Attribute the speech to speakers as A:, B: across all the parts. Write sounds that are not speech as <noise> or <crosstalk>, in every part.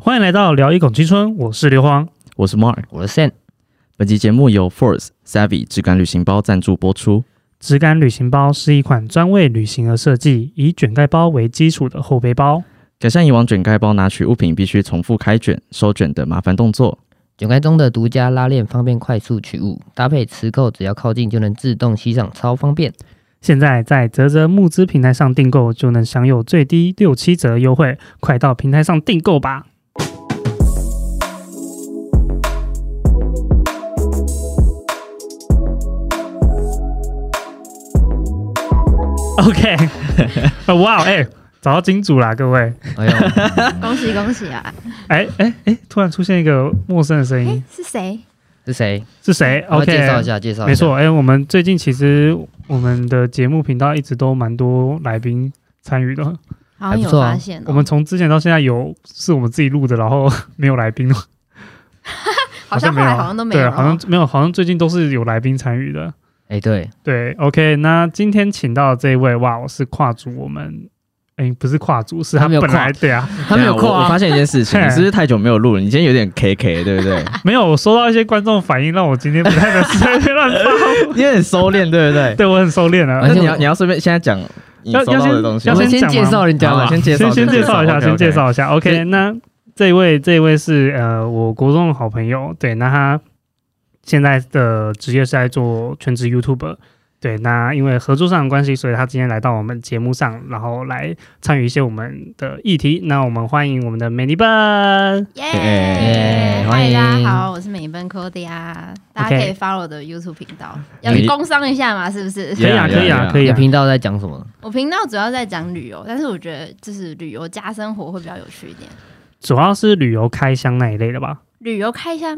A: 欢迎来到聊一拱青春，我是刘荒。
B: 我是 Mark。
C: 我的 Sen
B: 本集节目由 Force Savvy 质感旅行包赞助播出。
A: 质感旅行包是一款专为旅行而设计，以卷盖包为基础的后背包。
B: 改善以往卷盖包拿取物品必须重复开卷、收卷的麻烦动作。
C: 卷盖中的独家拉链方便快速取物，搭配磁扣，只要靠近就能自动吸上，超方便。
A: 现在在泽泽募资平台上订购，就能享有最低六七折优惠，快到平台上订购吧！OK，呃哇，哎、找到金主啦，各位！
C: 哎呦， <laughs>
D: 恭喜恭喜啊！
A: 哎哎哎，突然出现一个陌生的声
D: 哎、
A: 音，
D: 是谁？
C: 是谁？
A: 是谁
C: 我要
A: ？OK，
C: 介绍一下，介绍一下。
A: 没错，哎、我们最近其实我们的节目频道一直都蛮多来宾参与的。
D: 好像
C: 还不
D: 有
C: 错啊
D: 发现、哦
A: 我们从之前到现在有是我们自己录的，然后没有来宾，
D: <laughs> 好像
A: 没
D: 后
A: 有，啊
D: 来好像都没有哦
A: 对，
D: 了，
A: 好像没有，好像最近都是有来宾参与的。
C: 哎、对，
A: 对，OK，那今天请到这一位，哇，我是跨足我们，哎、不是跨足，是
C: 他
A: 他
C: 没有
A: 本来
C: 跨
A: 对啊，
C: 他没有
B: 等一下
C: 扣
B: 我我
C: 啊
B: 发。现一
A: <laughs>
B: 件事情，
A: 嘿
B: 你是不是太久没有录了？你今天有点 KK，对不对？
A: 没有，我收到一些观众反映，让我今天不太能 <laughs> 随便乱发，
B: 你很收敛，对不对？
A: 对啊我很收敛了
B: 而
C: <laughs> 而。
B: 且
C: 且
B: 你
C: 我
B: 要你要顺便现在讲你
A: 要
B: 收到的东西
A: 要
B: 吗，
C: 我
A: 先
C: 们先
A: 讲吗啊
C: 介绍人家
B: 好
C: 吧
B: 吧，。先介绍，
A: 先先介绍一下，先介。绍一下。OK，
B: 对
A: 那这位这位是呃，我国中的好朋友，对，那他现在的职业是在做全职 YouTube。对，那因为合作上的关系，所以他今天来到我们节目上，然后来参与一些我们的议题。那我们欢迎我们的美丽笨，
D: 耶、
B: 耶
D: 嗨，
C: 欢迎
D: 大家好，我是美奔 Kodia，大家可以 follow 我的 YouTube 频道
B: 你
D: 要工商一下嘛，是不是
B: Yeah
A: 可以啊，可以啊，可以
C: 你
A: 啊。
C: 频道在讲什么？
D: <laughs> 我频道主要在讲旅游，但是我觉得就是旅游加生活会比较有趣一点。
A: 主要是旅游开箱那一类的吧？
D: 旅游开箱，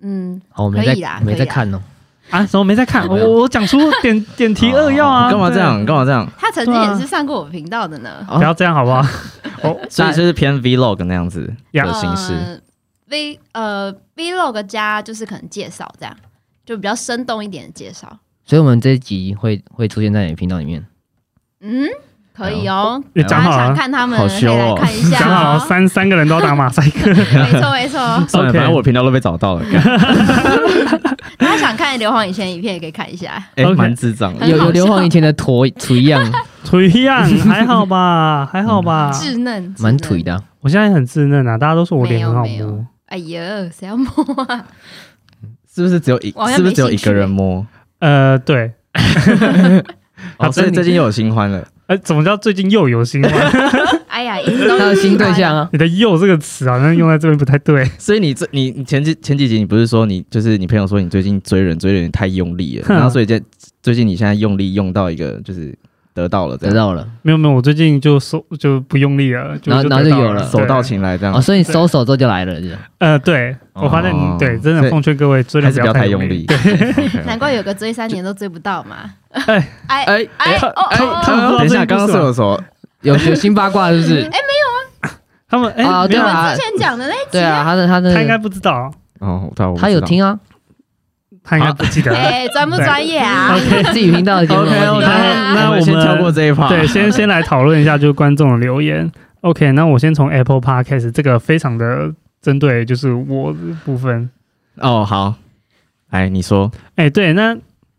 D: 嗯，
C: 好，我没
D: 可
C: 在
D: 以啦，
C: 没
D: 可
C: 在
D: 以啦
C: 看哦。
A: 啊，什么没在看？
C: 没
A: 我
C: 有
A: 我讲出点点题二要啊，
B: 你哦干嘛这
A: 对？
B: 样？干嘛这样？
D: 他曾经
A: 对啊
D: 也是上过我频道的呢，
A: 不要这样好不好？
B: 所以就是偏 Vlog 那样子
A: 哦呀
B: 的形式。
D: 呃 V 呃 Vlog 加就是可能介绍这样，就比较生动一点的介绍。
C: 所以我们这一集会会出现在你的频道里面。
D: 嗯，可以哦。
A: 你讲好
D: 大家想
A: 了，
D: 看他们，
B: 好
D: 可以
B: 羞
D: 来
B: 哦
D: 看一下、
A: 讲好了，
D: 哦。
A: 三三个人都要打马赛克。
D: 没错没错，
B: 算了，
A: OK
B: 反正我频道都被找到了，
A: <laughs>
B: 干
D: 大家想看硫磺以前的影片也可以看一下。
B: 哎，
A: OK
B: 蛮智障的。
D: 很
C: 有
D: 好
C: 有刘
D: 笑
C: 皇以前的驼腿一样，
D: <laughs>
A: 腿一样，还好 <laughs> 吧，还好吧。
D: 稚嫩，
C: 蛮
D: 稚嫩
C: 腿。的啊。
A: 我现在很稚嫩啊，大家都说我脸很好
D: 没有没
A: 摸
D: 有。哎呀，谁要摸啊？
B: 是不是只有一
D: 我好？像
B: 是不是只有
D: 没
B: 一
D: 兴趣
B: 个人摸？
A: 呃，对，
B: 哦，所以最近又有新欢了。
A: 呃，怎么叫最近又有新 <laughs> 欢？
D: 哎呀，一直
C: 他
D: 都
C: 的
D: 是
C: 新对象啊，
A: 你的“又”这个词好像用在这边不太对。
B: 所以你这你你前几前几集你不是说你就是你朋友说你最近追人追人太用力了，
A: 哼
B: 然后所以这最近你现在用力用到一个就是得到了这样，
C: 得到了
A: 没有没有，我最近就手就不用力了，就
C: 然后
A: 就
C: 然后
A: 得
C: 就
A: 到
C: 有
A: 了，
C: 了
B: 手到
A: 对。
B: 擒来这样
C: 哦，，所以你收手之后就来了，是吧
A: 呃，对，我发现
B: 哦
A: 对，真
B: 所
A: 的
B: 以
A: 奉劝各位追
B: 还
A: 人
B: 是
A: 不
B: 不要
A: 要
B: 太
A: 太
B: 用
A: 用
B: 力。。 <laughs>
D: 难怪有哦个追三年都追不到嘛。
A: 哎
D: 哎
B: 哎
D: 哎
B: 他
D: 哦
B: 哎
D: 哦，
B: 他们
A: 哦
B: 等一下，刚刚射手
C: 有有新八卦是不
D: <laughs> 哎
C: 是？
D: 啊
A: 他们哎，
C: 啊
A: 没
C: 对
A: 有
C: 啊
D: 之前讲的那
C: 对啊，他的他的
A: 他应该不知道，
B: 哦，对啊，我不
C: 他有
B: 知道。
C: 听啊，
A: 他应该不记得。 <laughs>
D: 哎专不专业啊？
C: 自己频道的节目
B: OK，OK，
D: 对
A: 那
D: 啊
A: 那我
B: 先跳过这一趴。
A: 对， <laughs> 先先来讨论一下就是观众的留言。OK，那我先从 Apple Podcast 这个非常的针对就是我的部分。
B: 哦，好，哎，你说
A: 哎、对，那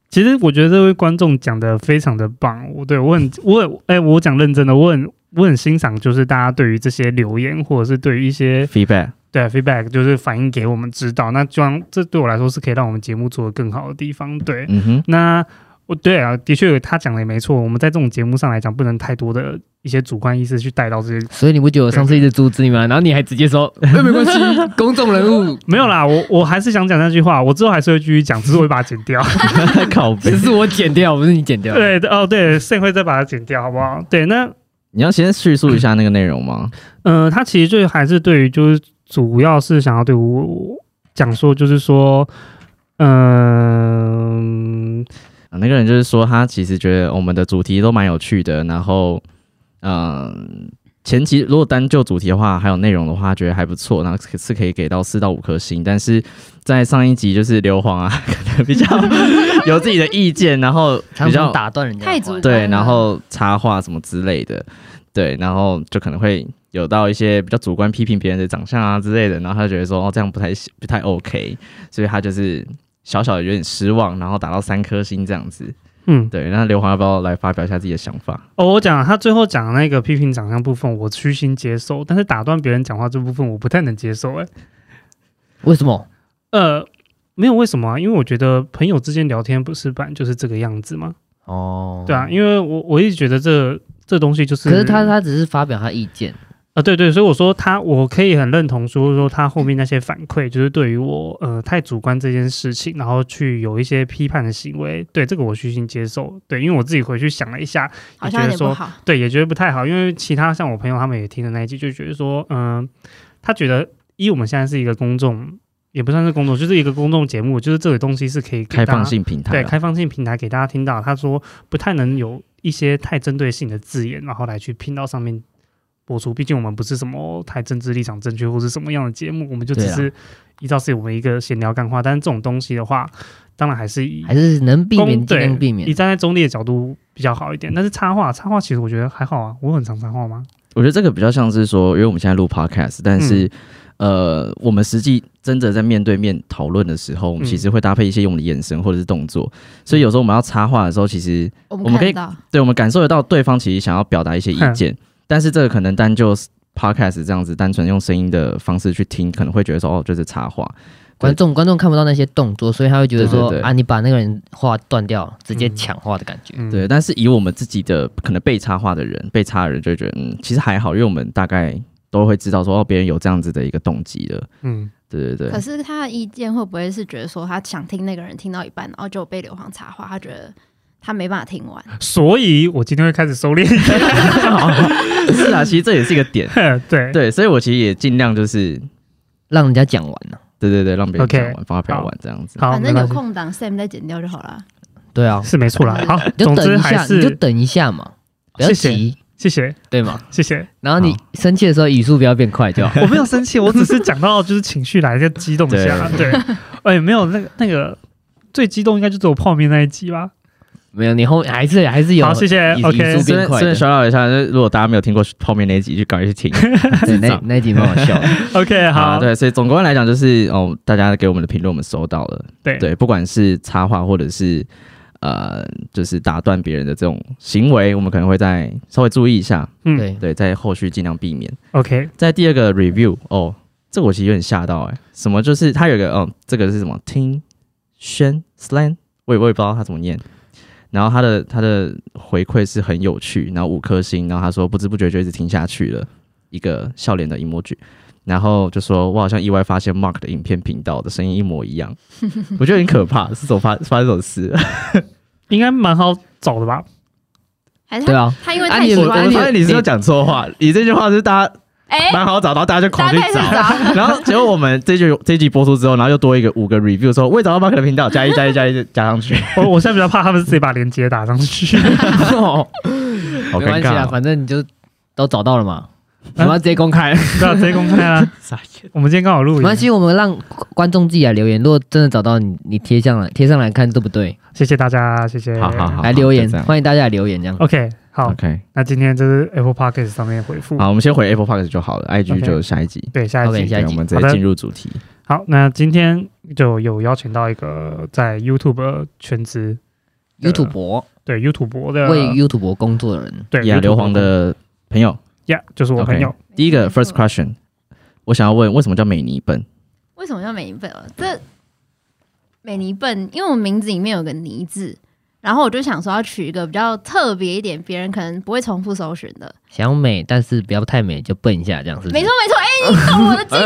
A: 其实我觉得这位观众讲的非常的棒，我对我很我很哎、我讲认真的，我很我很欣赏，就是大家对于这些留言或者是对于一些
B: feedback
A: 对啊 feedback 就是反映给我们知道，那这样这对我来说是可以让我们节目做得更好的地方。对，
B: 嗯哼，
A: 那我对啊，的确他讲的也没错，我们在这种节目上来讲，不能太多的一些主观意识去带到这些
C: 所以你不觉得我上次一直阻止你吗？然后你还直接
A: <laughs>
C: 说哎没关系，公众人物
A: 没有啦，我我还是想讲那句话，我之后还是会继续讲，只是我会把它剪掉。 <laughs>
B: 靠背
C: 只。是我剪掉，不是你剪掉。
A: 对哦，对，盛会再把它剪掉，好不好？对，那
B: 你要先叙述一下那个内容吗？
A: 呃，他其实就还是对于就是主要是想要对我讲说，就是说，嗯、
B: 啊那个人就是说，他其实觉得我们的主题都蛮有趣的，然后，嗯、前期如果单就主题的话，还有内容的话，觉得还不错，然后是是可以给到四到五颗星。但是在上一集就是硫磺啊， <laughs> 可能比
C: <laughs>
B: 较有自己的意见，然后
C: 他
B: 比
C: 们
B: 较
C: 打断人家的话，
D: 太主观
B: 对，然后插画什么之类的，对，然后就可能会有到一些比较主观批评别人的长相啊之类的，然后他就觉得说哦这样不太不太 OK，所以他就是小小的有点失望，然后打到三颗星这样子。
A: 嗯，
B: 对，那刘华要不要来发表一下自己的想法？
A: 哦，我讲他最后讲的那个批评长相部分，我虚心接受，但是打断别人讲话这部分，我不太能接受、欸。
C: 为什么？
A: 呃，没有为什么啊？因为我觉得朋友之间聊天不是本来就是这个样子嘛。
C: 哦，
A: 对啊，，因为我我一直觉得这这东西就是，
C: 可是他他只是发表他意见，
A: 啊，对对，所以我说他，我可以很认同说说他后面那些反馈，就是对于我呃太主观这件事情，然后去有一些批判的行为，对这个我虚心接受，对，因为我自己回去想了一下，
D: 好像有点不好。
A: 对，也觉得不太好，因为其他像我朋友他们也听的那一集，就觉得说，嗯、他觉得一我们现在是一个公众，也不算是公众，就是一个公众节目，就是这个东西是可以给
B: 开
A: 大
B: 放
A: 家
B: 性平台
A: 对
B: 啊，
A: 开放性平台给大家听到，他说不太能有一些太针对性的字眼，然后来去拼到上面播出。毕竟我们不是什么太政治立场正确或是什么样的节目，我们就只
B: 对啊
A: 是依照是我们一个闲聊干话。但是这种东西的话，当然还是以
C: 还是能避免
A: 公
C: 尽
A: 对
C: 量避免
A: 以。站在中立的角度比较好一点。但是插画，插画其实我觉得还好啊，我很常插画吗？
B: 我觉得这个比较像是说，因为我们现在录 podcast，但是、
A: 嗯
B: 呃，我们实际真的在面对面讨论的时候，我们
A: 嗯
B: 其实会搭配一些用的眼神或者是动作，所以有时候我们要插话的时候，其实
D: 我
B: 我们
D: 们
B: 可
D: 看
B: 以
D: 得到，
B: 对我们感受得到对方其实想要表达一些意见，
A: 嗯
B: 但是这个可能单就 podcast 这样子单纯用声音的方式去听，可能会觉得说哦，就是插话，
C: 观众观众看不到那些动作，所以他会觉得说
B: 对对对
C: 啊，你把那个人话断掉，直接
A: 嗯
C: 抢话的感觉。
A: 嗯，
B: 对，但是以我们自己的可能被插话的人，被插的人就会觉得，嗯，其实还好，因为我们大概都会知道说，哦，别人有这样子的一个动机了。
A: 嗯，
B: 对对
D: 可
B: 对，
D: 是他的意见会不会是觉得说他想听那个人听到一半，然后就被刘皇插话，他觉得他没办法听完，
A: 所以我今天会开始收敛 <laughs> 一点。
B: <laughs> 是啊，其实这也是一个点。
A: 对，
B: 对，所以我其实也尽量就是，
C: 让人家讲完了、
B: 对对对，让别人
A: OK，
B: 讲完发表完这样子。
A: 好，
D: 反正
A: 没关
D: 有
A: 系
D: 空档 Sam 再剪掉就好了。
C: 对啊，
A: 是没错啦。 <laughs> 好，
C: 你就
A: 总
C: 等
A: 之
C: 一
A: 还
C: 下，你就是等一下嘛，不要
A: 谢谢
C: 急，
A: 谢谢
C: 对吗？
A: 谢谢。
C: 然后你
B: 好
C: 生气的时候语速不要变快就
A: <laughs>
C: 好。
A: 我没有生气，我只是讲到就是情绪来就激动一下，对，哎、没有那个那个最激动应该就只有泡面那一集吧。
C: 没有，你后还是还是有
A: 好，谢谢
C: 语
A: ，OK，
C: 语速
B: 这
C: 变
B: 边
C: 快
B: 这
C: 的
B: 边。小聊一下，就是如果大家没有听过后面那一集，就赶快去听。
C: 对，
A: <laughs>
C: 那那一集蛮好笑的。
A: OK，好，
B: 啊对，所以总观来讲就是哦，大家给我们的评论我们收到了，
A: 对
B: 对，不管是插话或者是呃，就是打断别人的这种行为，我们可能会再稍微注意一下，
A: 嗯
C: 对，
B: 对，在后续尽量避免。
A: ，OK，
B: 在第二个 review 哦，这个我其实有点吓到哎、什么就是它有一个嗯，这个是什么听宣 slang，我也我也不知道它怎么念。然后他的他的回馈是很有趣，然后五颗星，然后他说不知不觉就一直听下去了，一个笑脸的 emoji，然后就说我好像意外发现 Mark 的影片频道的声音一模一样， <laughs> 我觉得很可怕，是怎么发发生这种
D: <laughs>
B: 事？
A: 应该蛮好找的吧？
D: 还是
C: 对
D: 他,、
C: 啊，
D: 他因为
C: 啊
D: 太
C: 你
D: 喜
B: 我
C: 完
D: 欢
B: 我
C: 你
B: 发现你是有讲错话，你这句话是大家
D: 哎，
B: 蛮好找，然后大家就狂
D: 大
B: 去
D: 家开始
B: 找。
D: 找，
B: 然后结果我们这句这一集播出之后，然后又多一个五个 review 说未找到 Mark 的频道，加一加一加一加上去，
A: 我我现在比较怕他们自己把链接打上去。
B: 好
C: 没
B: 尴
C: 关系啊，
B: 尬哦。
C: 反正你就都找到了嘛，我
A: 啊
C: 们要直接公开。
A: 对啊，直接公开啊！我们今天刚好录
C: 没
A: 影，
C: 关系，我们让观众自己来留言。如果真的找到你，你贴上来贴上来看对不对？
A: 谢谢大家，谢谢。
B: 好好好，
C: 来留言
B: 就这，样
C: 欢迎大家来留言这样。
A: ，OK，好，
B: OK，
A: 那今天就是 Apple Podcast 上面回复。
B: 好，我们先回 Apple Park 就好了，IG
A: OK
B: 就下一集。
A: 对，下一
C: OK，
A: 集
C: 下一集
B: 对，我们直接
A: 好的
B: 进入主题。
A: 好，那今天就有邀请到一个在 YouTube 全职
C: YouTube 博
A: 对 YouTube
B: 呃
A: 的
C: 为 YouTube 工作的人，
A: 对
B: 亚
A: YouTube
B: 硫磺的朋友，
A: 呀就是我朋友
B: OK。第一个
D: 没错
B: first question，我想要问为什么叫美尼本？
D: 为什么叫美尼笨啊？这美尼笨，因为我名字里面有个泥字，然后我就想说要取一个比较特别一点，别人可能不会重复搜寻的。
C: 想美但是不要太美，就笨一下这样子。
D: 没错，没错，哎、你懂我的精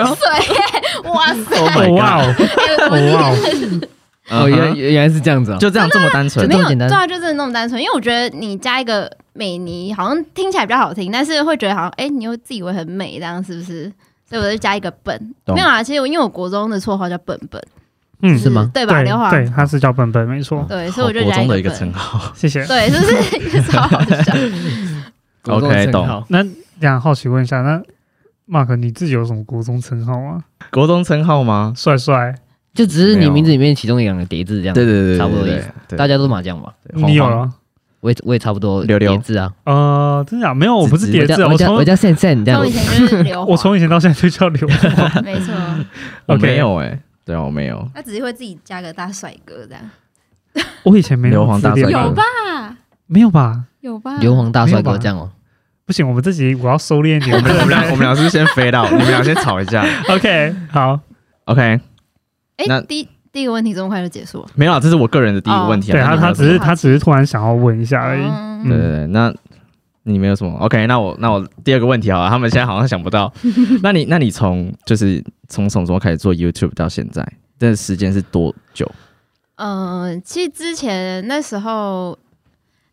D: 髓、 <laughs> 哇塞
B: Oh my god
A: 哇 <laughs> 哦，
D: 哎我
A: 哇哦，
B: <laughs>
C: 哦，原来原来是这样子哦。
B: 就这样这么单纯
C: 真的
D: 没
C: 这
D: 有
C: 么简单
D: 对啊，就真的那么单纯。因为我觉得你加一个美尼，好像听起来比较好听，但是会觉得好像哎、你又自以为很美，这样是不是？所以我就加一个笨。
B: 懂
D: 没有啊，其实我因为我国中的绰号叫笨笨，
A: 嗯，
C: 是吗
D: 对吧，
A: 对
D: 刘华？
A: 对，他是叫笨笨，没错。
D: 对，所
B: 好
D: 以我就
B: 国
D: 加
B: 中的一个
D: 笨
B: 称号。
A: 谢谢。
D: <laughs> 对，就是超好笑。
C: 国中的
B: OK，
C: 称
B: 懂
C: 号
A: 那这样好奇问一下，那 Mark 你自己有什么国中称号吗？
B: 国中称号吗？
A: 帅帅，
C: 就只是
B: 没
C: 你
B: 有
C: 名字里面其中一两个叠字这样。
B: 对对对，
C: 差不多
B: 对
C: 的意思大家都麻将吧？
B: 对
A: 你有
B: 黄黄
A: 了？
C: 我也我也差不多
B: 六六
C: 叠字啊，
A: 呃，真的假？没有，我不是叠字，啊
C: 我
A: 我
C: 叫我
A: 从
C: 叫 Sen Sen 这样
D: <laughs> 从以，前就是刘
A: <laughs> 我从以前到现在就叫
B: <laughs>
A: 刘华。
D: 华没错，
B: 我
A: OK
B: 没有哎、对啊，我没有。
D: 他只是会自己加个大帅哥这样，
A: 我以前没
B: 硫磺大帅
A: 帅
B: 哥
D: 有
A: 哥，
D: 吧？
A: 没有吧？
D: 啊有吧？
C: 硫磺大帅哥这样哦，
A: 不行，我们自己我要收敛一点。
B: <laughs> 我们我们俩我们俩是不是先飞到，你们俩先吵一架。
A: OK，好，
B: OK，那
D: 哎，第第一个问题这么快就结束了？
B: 没有啊，这是我个人的第一个问题啊。
A: 对
B: 那
A: 他
B: 你
A: 他
B: 们有
A: 只
B: 什
A: 是
B: 么
A: 他只是突然想要问一下而已。
D: 嗯
B: 对对对，那你没有什么 OK？那我那我第二个问题好了，他们现在好像想不到。那你那你从就是从什么时候开始做 YouTube 到现在，这时间是多久？
D: 嗯，其实之前那时候，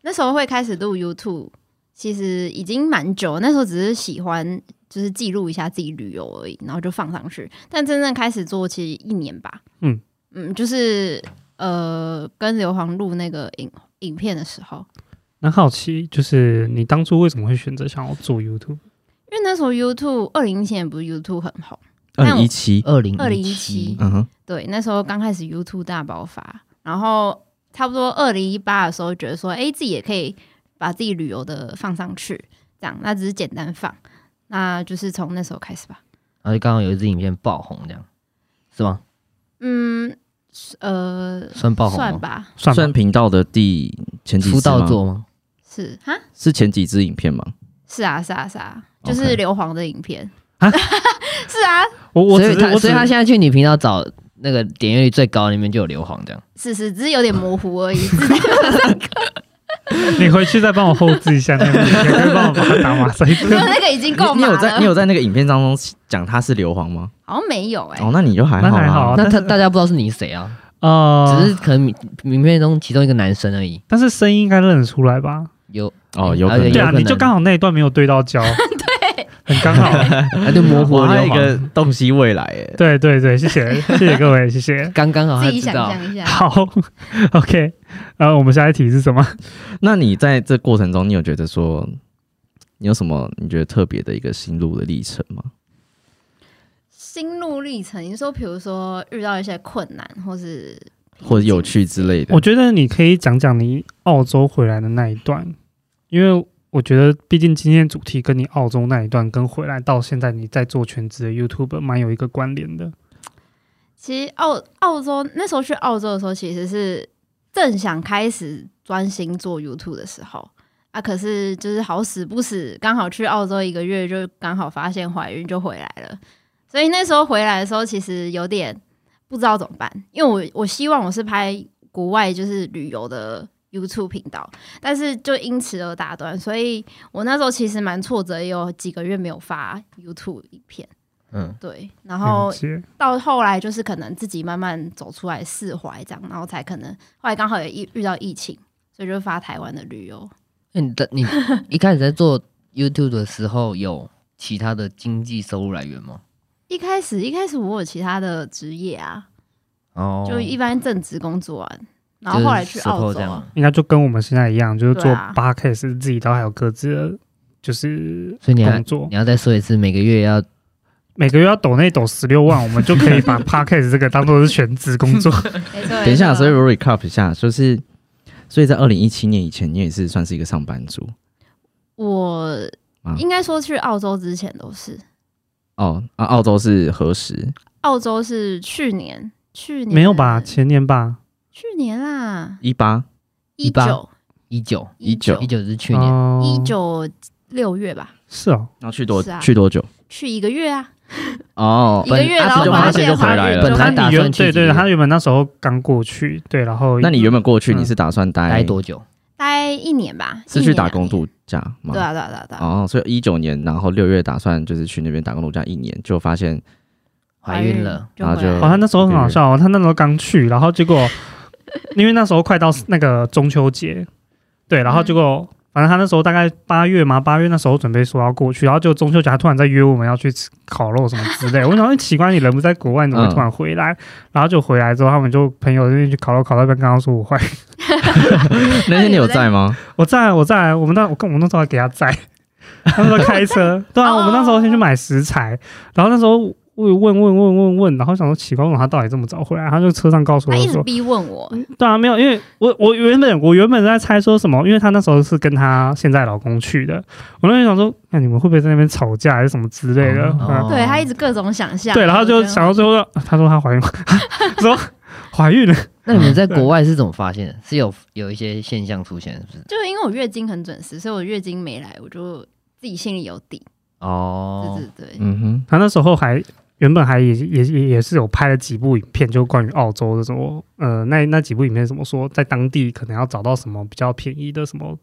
D: 那时候会开始录 YouTube，其实已经蛮久。那时候只是喜欢，就是记录一下自己旅游而已，然后就放上去。但真正开始做，其实一年吧。
A: 嗯
D: 嗯，就是呃，跟刘皇录那个影影片的时候，
A: 那好奇就是你当初为什么会选择想要做 YouTube？
D: 因为那时候 YouTube 二零一七年不是 YouTube 很红，
B: 二
D: 那
B: 零
D: 我
B: 一七，
C: 二零
D: 2017
B: 嗯哼，
D: 对，那时候刚开始 YouTube 大爆发，然后差不多二零一八的时候，觉得说，哎，自己也可以把自己旅游的放上去，这样，那只是简单放，那就是从那时候开始吧。
C: 然后就刚好有一支影片爆红这样，是吗？
D: 嗯，是呃，
C: 算爆红
D: 算
C: 吗？
D: 吧，
A: 算吧
B: 算频道的第前几
C: 出
B: 支
C: 道
B: 吗
C: 作吗？
D: 是哈，
B: 是前几支影片吗？
D: 是啊，是啊，是啊，就
B: OK
D: 是硫磺的影片。
A: 啊
D: <laughs> 是啊，
A: 我我
C: 所
A: 只
C: 以
A: 是
C: 他
A: 我只
C: 所以他现在去你频道找那个点阅率最高，里面就有硫磺这样。
D: 是是，只是有点模糊而已。是的
A: 你回去再帮我后置一下那个影片，可以帮我把它打
C: <laughs>
A: 马赛
D: 没有
A: 克。
D: 那个已经够
B: 你你
D: 麻
B: 有在你
D: 了，
B: 有在那个影片当中讲他是硫磺吗？
D: 好像没有哎、
B: 哦，那你就还好
A: 那还
B: 啦
A: 好啊
C: 那
A: 但
C: 他
A: 是
C: 大家不知道是你谁啊，只
A: 呃
C: 是，可能名名片中其中一个男生而已。
A: 但是声音应该认得出来吧？
C: 有
B: 哦，有可
C: 而且
B: 能。
A: 对啊，
C: 有可能
A: 你就刚好那一段没有对到焦，对， <laughs> 很刚
C: <laughs>
A: 好。
C: 他啊就模糊
B: 我
C: 了
B: 还有
C: 硫
B: 一
C: 磺，
B: 个洞悉未来，哎，
A: 对对对，谢谢谢谢各位，谢谢。
C: 刚刚好他
D: 自己
C: 知
D: 想
C: 道。
D: 象一下。
A: 好，OK，呃，我们下一题是什么？
B: 那你在这过程中，你有觉得说，你有什么你觉得特别的一个心路的历程吗？
D: 心路历程，你说，比如说遇到一些困难，或是
B: 或者有趣之类的？
A: 我觉得你可以讲讲你澳洲回来的那一段，因为我觉得毕竟今天主题跟你澳洲那一段跟回来到现在你在做全职的 YouTube 蛮有一个关联的。
D: 其实澳澳洲那时候去澳洲的时候，其实是正想开始专心做 YouTube 的时候啊，可是就是好死不死，刚好去澳洲一个月，就刚好发现怀孕就回来了。所以那时候回来的时候，其实有点不知道怎么办，因为我我希望我是拍国外就是旅游的 YouTube 频道，但是就因此而打断，所以我那时候其实蛮挫折，也有几个月没有发 YouTube 影片。
C: 嗯，
D: 对，然后
A: 了解
D: 到后来就是可能自己慢慢走出来释怀这样，然后才可能后来刚好也遇遇到疫情，所以就发台湾的旅游。
C: 那哎你的你一开始在做 YouTube 的时候，有其他的经济收入来源吗？
D: 一开始一开始我有其他的职业啊，
C: 哦
D: 就一般正职工作完，然后后来去澳洲啊，，
A: 应该就跟我们现在一样，就是做
D: 对啊
A: b 开始自己都还有各自的就是
C: 所以你还
A: 工作
C: 你，要再说一次，每个月要
A: 每个月要抖内抖十六万，我们就可以把 p 开始这个当做是全职工作。
D: 没错。
B: 等一下，
D: 没错
B: 所以我 recap 一下，就是，所以在二零一七年以前，你也是算是一个上班族
D: 我
B: 啊
D: 应该说去澳洲之前都是，
B: 哦。啊，澳洲是何时？
D: 澳洲是去年去年
A: 没有吧？前年吧？
D: 去年啦，
B: 一八
D: 一
C: 18
D: 九
C: 一九
D: 19
C: 一九是去年，
A: 哦
D: 一九六月吧，
A: 是哦，
B: 要去多
D: 是啊
B: 去多久？
D: 去一个月啊，
B: 哦
D: 一，个月
C: 本
D: 然后
C: 就
D: 发
C: 发
B: 现就回
D: 怀
B: 来
D: 孕
B: 了
D: 就
C: 本
D: 怀
C: 来
D: 孕
C: 打
A: 你原
C: 算去
A: 对
C: 几
A: 对，
C: 年
A: 他原本那时候刚过去，对，然后
B: 那你原本过去，
A: 嗯
B: 你是打算待
C: 待多久？
D: 待一年吧，
B: 是
D: 一
B: 去
D: 年
B: 打
D: 两
B: 工
D: 年
B: 度假吗？
D: 对啊，对啊，对啊，对啊，
B: 哦，所以一九年，然后六月打算就是去那边打工度假一年，就发现
C: 怀孕了，啊
D: 就
B: 然后
D: 回来
B: 就
D: 了
A: 哦，他那时候很好笑哦，他那时候刚去，然后结果因为那时候快到那个中秋节，对，然后结果、反正他那时候大概八月嘛，八月那时候准备说要过去，然后就中秋节他突然在约我们要去吃烤肉什么之类，我想说哎奇怪，你人不在国外，你怎么会
B: 嗯
A: 突然回来？然后就回来之后，他们就朋友就去烤肉，烤到一半刚刚说我坏，
B: 那天你有在吗？
A: 我在我在，我们那我跟我那时 <laughs> 候还给他载，他们说开车，对啊，我们那时候先去买食材，然后那时候。我有问问问问问，然后想说奇怪，为什么他到底这么早回来？他就车上告诉
D: 他
A: 我
D: 一直
A: 说，
D: 逼问我，
C: 嗯
A: 对啊，没有，因为我我原本我原本在猜说什么，因为她那时候是跟她现在老公去的，我那时候想说，哎那、你们会不会在那边吵架还是什么之类的？
C: 哦
A: 啊
D: 对他一直各种想象，
A: 对，然后就
D: 我觉得
A: 想到最后说，她说她怀孕了， <laughs> 说怀孕了，嗯
C: 那你们在国外是怎么发现的？是有有一些现象出现，是不是？
D: 就因为我月经很准时，所以我月经没来，我就自己心里有底。
C: 哦
D: 对，对对，
B: 嗯哼，
A: 她那时候还原本还也也也也是有拍了几部影片，就关于澳洲的什么，呃，那那几部影片怎么说，在当地可能要找到什么比较便宜的什么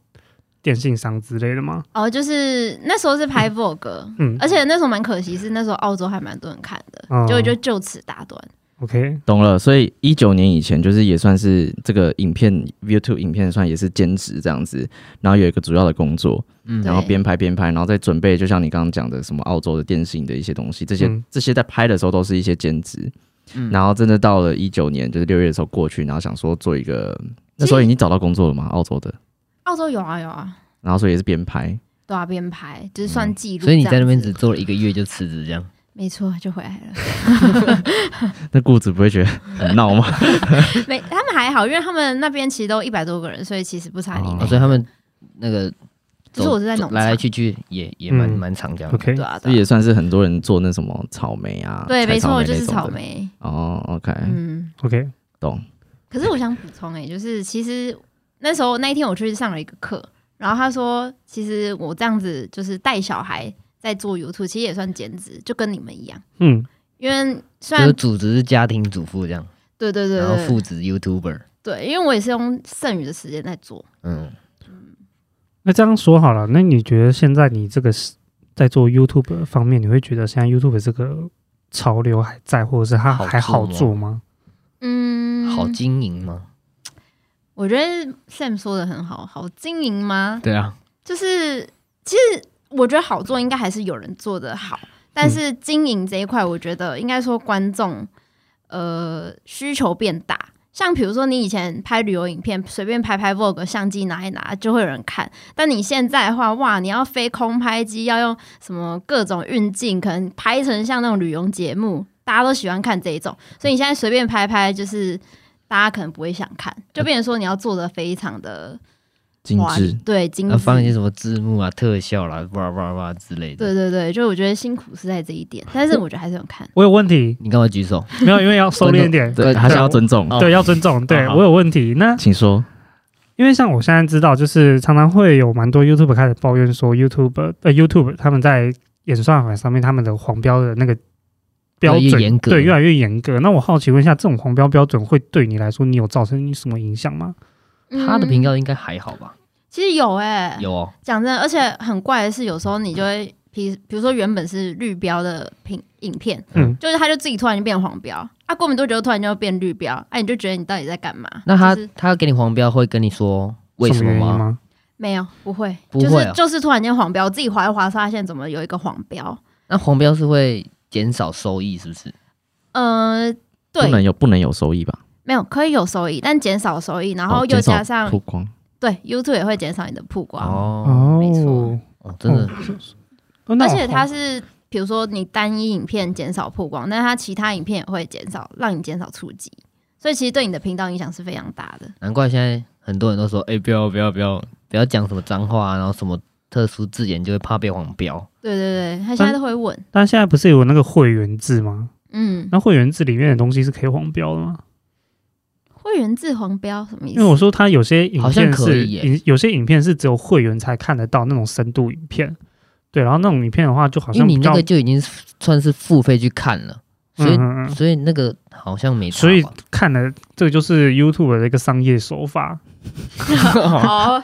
A: 电信商之类的嘛，
D: 哦，就是那时候是拍 Vogue，
A: 嗯
D: 而且那时候蛮可惜，是那时候澳洲还蛮多人看的，
A: 哦
D: 结果就就此打断。
A: ，OK，
B: 懂了。所以一九年以前，就是也算是这个影片 YouTube 影片算也是兼职这样子，然后有一个主要的工作，
C: 嗯
D: 对
B: 然后边拍边拍，然后再准备，就像你刚刚讲的什么澳洲的电信的一些东西，这些、
A: 嗯
B: 这些在拍的时候都是一些兼职。
C: 嗯
B: 然后真的到了一九年，就是六月的时候过去，然后想说做一个，那时候已经找到工作了嘛，澳洲的，
D: 澳洲有啊有啊，
B: 然后所以也是边拍，
D: 对啊，边拍就是算记录、
C: 嗯所以你在那边
D: 这
C: 只
D: 样子
C: 做了一个月就辞职，这样
D: 没错就回来了。 <laughs>
B: 那雇主不会觉得很闹吗？
D: <laughs> 没，他们还好，因为他们那边其实都一百多个人，所以其实不差你
B: 哦
D: 那
C: 哦，
A: 嗯
D: 个。
C: 所以他们那个
D: 只是我是在
C: 走
D: 农
C: 来来
D: 场，
C: 去去也也蛮
A: 嗯
C: 蛮常这样的。
A: OK，
D: 对啊
B: 这
D: 对啊
B: 也算是很多人做那什么草莓啊，
D: 对，
B: 采
D: 没错，就
B: 那
D: 是
B: 种的
D: 草。莓。
B: 哦，OK，
D: 嗯，
A: OK，
B: 懂。
D: 可是我想补充哎、就是其实那时候那一天我去上了一个课，然后他说，其实我这样子就是带小孩在做 YouTube，其实也算兼职，就跟你们一样。
A: 嗯，
D: 因为虽
C: 就
D: 然
C: 是主职是家庭主妇这样，
D: 对对对
C: 然后
D: 对
C: 副职 YouTuber。
D: 对，因为我也是用剩余的时间在做。
C: 嗯，
A: 那这样说好了，那你觉得现在你这个是在做 YouTube 方面，你会觉得现在 YouTube 这个潮流还在，或者是它
C: 好
A: 还
C: 做吗
A: 好做吗？
D: 嗯，
C: 好经营吗？
D: 我觉得 Sam 说的很好，好经营吗？
C: 对啊，
D: 就是其实我觉得好做应该还是有人做的好，
C: 嗯
D: 但是经营这一块，我觉得应该说观众呃需求变大。像比如说，你以前拍旅游影片，随便拍拍 vlog，相机拿一拿就会有人看。但你现在的话，哇，你要飞空拍机，要用什么各种运镜，可能拍成像那种旅游节目，大家都喜欢看这一种。所以你现在随便拍拍，就是大家可能不会想看，就变成说你要做的非常的
B: 精
D: 华丽
B: 致，
D: 对精
C: 要
D: 致，
C: 啊放一些什么字幕啊、特效啦、哇哇哇之类的。
D: 对对对，就我觉得辛苦是在这一点，但是我觉得还是有看。
A: 我有问题，
C: 你干嘛举手？
A: 没有，因为要收敛一
C: <laughs>
A: 点，
B: 对，还是要尊重，
C: 哦
A: 对，要尊重。对
C: 好
A: 我有问题，那
B: 请说。
A: 因为像我现在知道，就是常常会有蛮多 YouTube 开始抱怨说 YouTube 呃 YouTube 他们在演算法上面他们的黄标的那个标
C: 越来越
A: 准
C: 严格
A: 对越来越严格。那我好奇问一下，这种黄标标准会对你来说，你有造成你什么影响吗？
C: 他的
D: 嗯
C: 频道应该还好吧？
D: 其实有嗯哎、
C: 有哦，
D: 讲真的，而且很怪的是，有时候你就会，比比如说原本是绿标的影影片，
A: 嗯
D: 就是他就自己突然就变黄标，啊，过没多久突然就变绿标，哎、你就觉得你到底在干嘛？
C: 那他
D: 就是
C: 他给你黄标会跟你说为
A: 什
C: 什么
A: 原因
C: 吗？
A: 吗？
D: 没有不会，哦
C: 不会啊
D: 就是就是突然间黄标，我自己划一划发现怎么有一个黄标，
C: 那黄标是会减少收益，是不是？
D: 呃，
B: 不
D: 对，
B: 能有不能有收益吧？
D: 没有可以有收益，但减少收益，然后
B: 哦
D: 又
B: 减少
D: 加上、
B: 曝光，
D: 对 YouTube 也会减少你的曝光，
C: 哦，
A: 哦
D: 没错
C: 哦真的
A: 哦那
D: 而
A: 我
D: 且
A: 好
D: 它是，比如说你单一影片减少曝光，但它其他影片也会减少，让你减少触及，所以其实对你的频道影响是非常大的。
C: 难怪现在很多人都说，哎、不要不要不要不要讲什么脏话啊、然后什么特殊字眼就会怕被黄标。
D: 对对对，他现在都会问，
A: 但现在不是有那个会员制吗？
D: 嗯，
A: 那会员制里面的东西是可以黄标的吗？
D: 会员制黄标什么意
A: 因为我
D: 思？
A: 说它有些影
C: 好像
A: 片
C: 可
A: 是
C: 以耶
A: 影，有些影片是只有会员才看得到那种深度影片。对，然后那种影片的话，就好
C: 因
A: 像
C: 为你
A: 比较
C: 那个就已经算是付费去看了，所以、
A: 嗯嗯嗯
C: 所以那个好像没差吧。
A: 所以 <laughs> 看了这个就是 YouTube 的一个商业手法，
D: <laughs> 哦，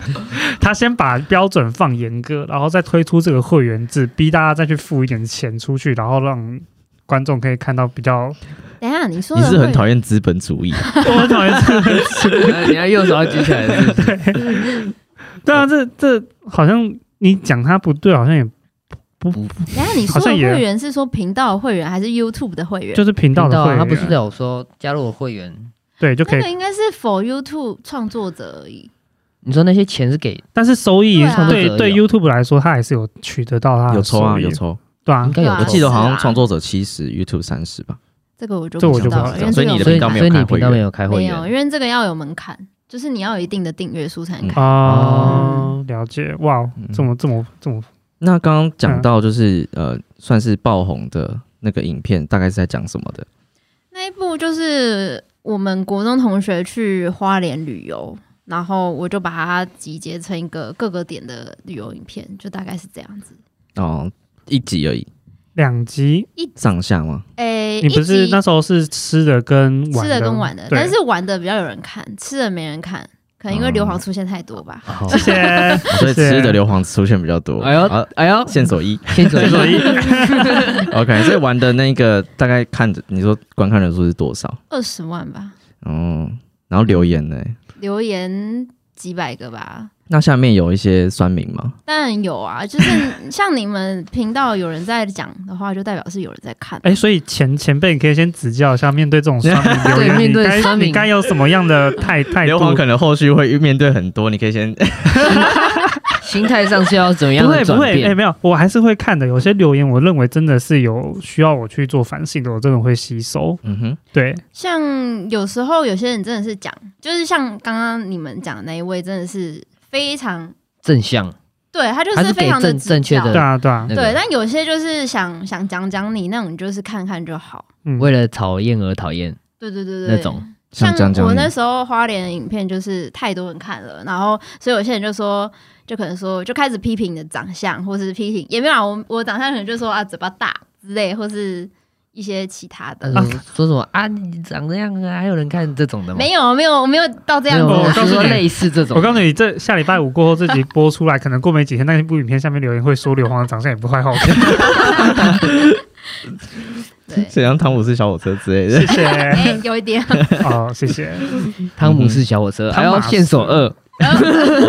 A: 他先把标准放严格，然后再推出这个会员制，逼大家再去付一点钱出去，然后让观众可以看到比
D: <laughs>
A: 较。
D: 等一下你说
B: 你
D: 的
B: 是
D: 啊会
B: 很讨厌资本主义啊，
A: 我很讨厌这个，
C: 你要右手要举起来是不是
A: 对啊，这这好像你讲他不对，好像也
D: 等一下你说
A: 好
D: 的
A: 像也
D: 会员是说频道的会员还是 YouTube 的会员？
A: 就是频道
C: 频
A: 的
C: 道
A: 会
C: 啊，
A: 员，
C: 他不是有说加入我会员？
A: 对就可
D: 那
A: 以，
D: 个应该是 for YouTube 创作者而已。
C: 你说那些钱是给
A: 但是收益
D: 对啊
A: 对对 YouTube 来说，他还是有取得到他
B: <laughs> 有抽啊，有
A: 抽。
B: 抽。
A: 对啊
C: 应，该有
D: 对啊
B: 我
C: 扣
B: 记得好像
D: 是啊
B: 创作者七十，YouTube 三十吧。
D: 这个我就
A: 这我
D: 不知
A: 就不
D: 道
A: 知
D: 了，
A: 道
D: 因为
B: 所以
D: 这
B: 你
D: 个
B: 的
C: 所以
B: 频道没有
C: 所以你
B: 开会
C: 频道
B: 员
C: 没有开会
D: 没有，因
C: 员，
D: 为这个要有门槛，就是你要有一定的订阅数才
B: 嗯
D: 能开。
A: 哦，了解，哇
B: 嗯，
A: 这么这么这么，
B: 那刚刚讲到就是、呃，算是爆红的那个影片，大概是在讲什么的？
D: 那一部就是我们国中同学去花莲旅游，然后我就把它集结成一个各个点的旅游影片，就大概是这样子。
B: 哦，一集而已，
A: 两集，
B: 上下吗？
D: 诶、
A: 你不是
D: 一集
A: 那时候是吃的跟玩
D: 吃的跟玩的，
A: 对
D: 但是玩的比较有人看，吃的没人看，可能因为
B: 嗯
D: 硫磺出现太多吧。
B: 哦
A: 谢谢，
B: <laughs> 所以
A: 谢谢
B: 吃的硫磺出现比较多。
C: 哎呦
B: 好
C: 哎呦，
B: 线索一 <laughs>
C: 先走
A: 所以所以
B: ，OK，所以玩的那个大概看着你说观看人数是多少？
D: 二十万吧，
B: 哦，然后留言呢？
D: 留言几百个吧。
B: 那下面有一些酸民吗？
D: 当然有啊，就是 <laughs> 像你们频道有人在讲的话，就代表是有人在看。
A: 哎，所以前前辈，你可以先指教一下，面对这种酸民留言，
C: 对面
A: 你
C: 对
A: 该
C: 酸民
A: 你该有什么样的态态
B: 硫
A: 度？
B: 磺可能后续会面对很多，你可以先 <laughs>
C: 心态上是要怎么样
A: 不会
C: 的
A: 不
C: 转
A: 会，哎、
C: 变？
A: 没有，我还是会看的。有些留言，我认为真的是有需要我去做反省的，我真的会吸收。
B: 嗯哼，
A: 对，
D: 像有时候有些人真的是讲，就是像刚刚你们讲的那一位，真的是非常
C: 正向，
D: 对他就
C: 还是
D: 非常
C: 给正
D: 的
C: 正确的
A: 对啊，对啊，
C: 那个
D: 嗯对。但有些就是想想讲讲你那种，就是看看就好。
A: 嗯，
C: 为了讨厌而讨厌
D: 对对对对，
C: 那种。
D: 像
B: 像讲讲
D: 我
B: 你
D: 那时候花莲的影片就是太多人看了，然后所以有些人就说，就可能说就开始批评你的长相，或是批评也没有啊，我我长相可能就说啊嘴巴大之类，或是一些其他的。
C: 但是说什么啊，你长这样啊，还有人看这种的吗？
D: 没有没有我没有到这样子
A: 没有
D: 啊，
A: 哦我
C: 我
A: 告
C: 是
A: 诉
C: <laughs> 说
A: 你
C: 类似这种。
A: 我告诉你，这下礼拜五过后这集播出来，可能过没几天，那一部影片下面留言会说硫磺的长相也不太好看。
D: 对，
B: 沈阳汤姆斯小火车之类的
A: 谢。谢，
D: 哎、有一点，
A: 哦，谢谢。
C: 汤姆士小火车，
A: 嗯
C: 还
A: 汤
C: 要
A: 马士
C: 线索二，
B: 哦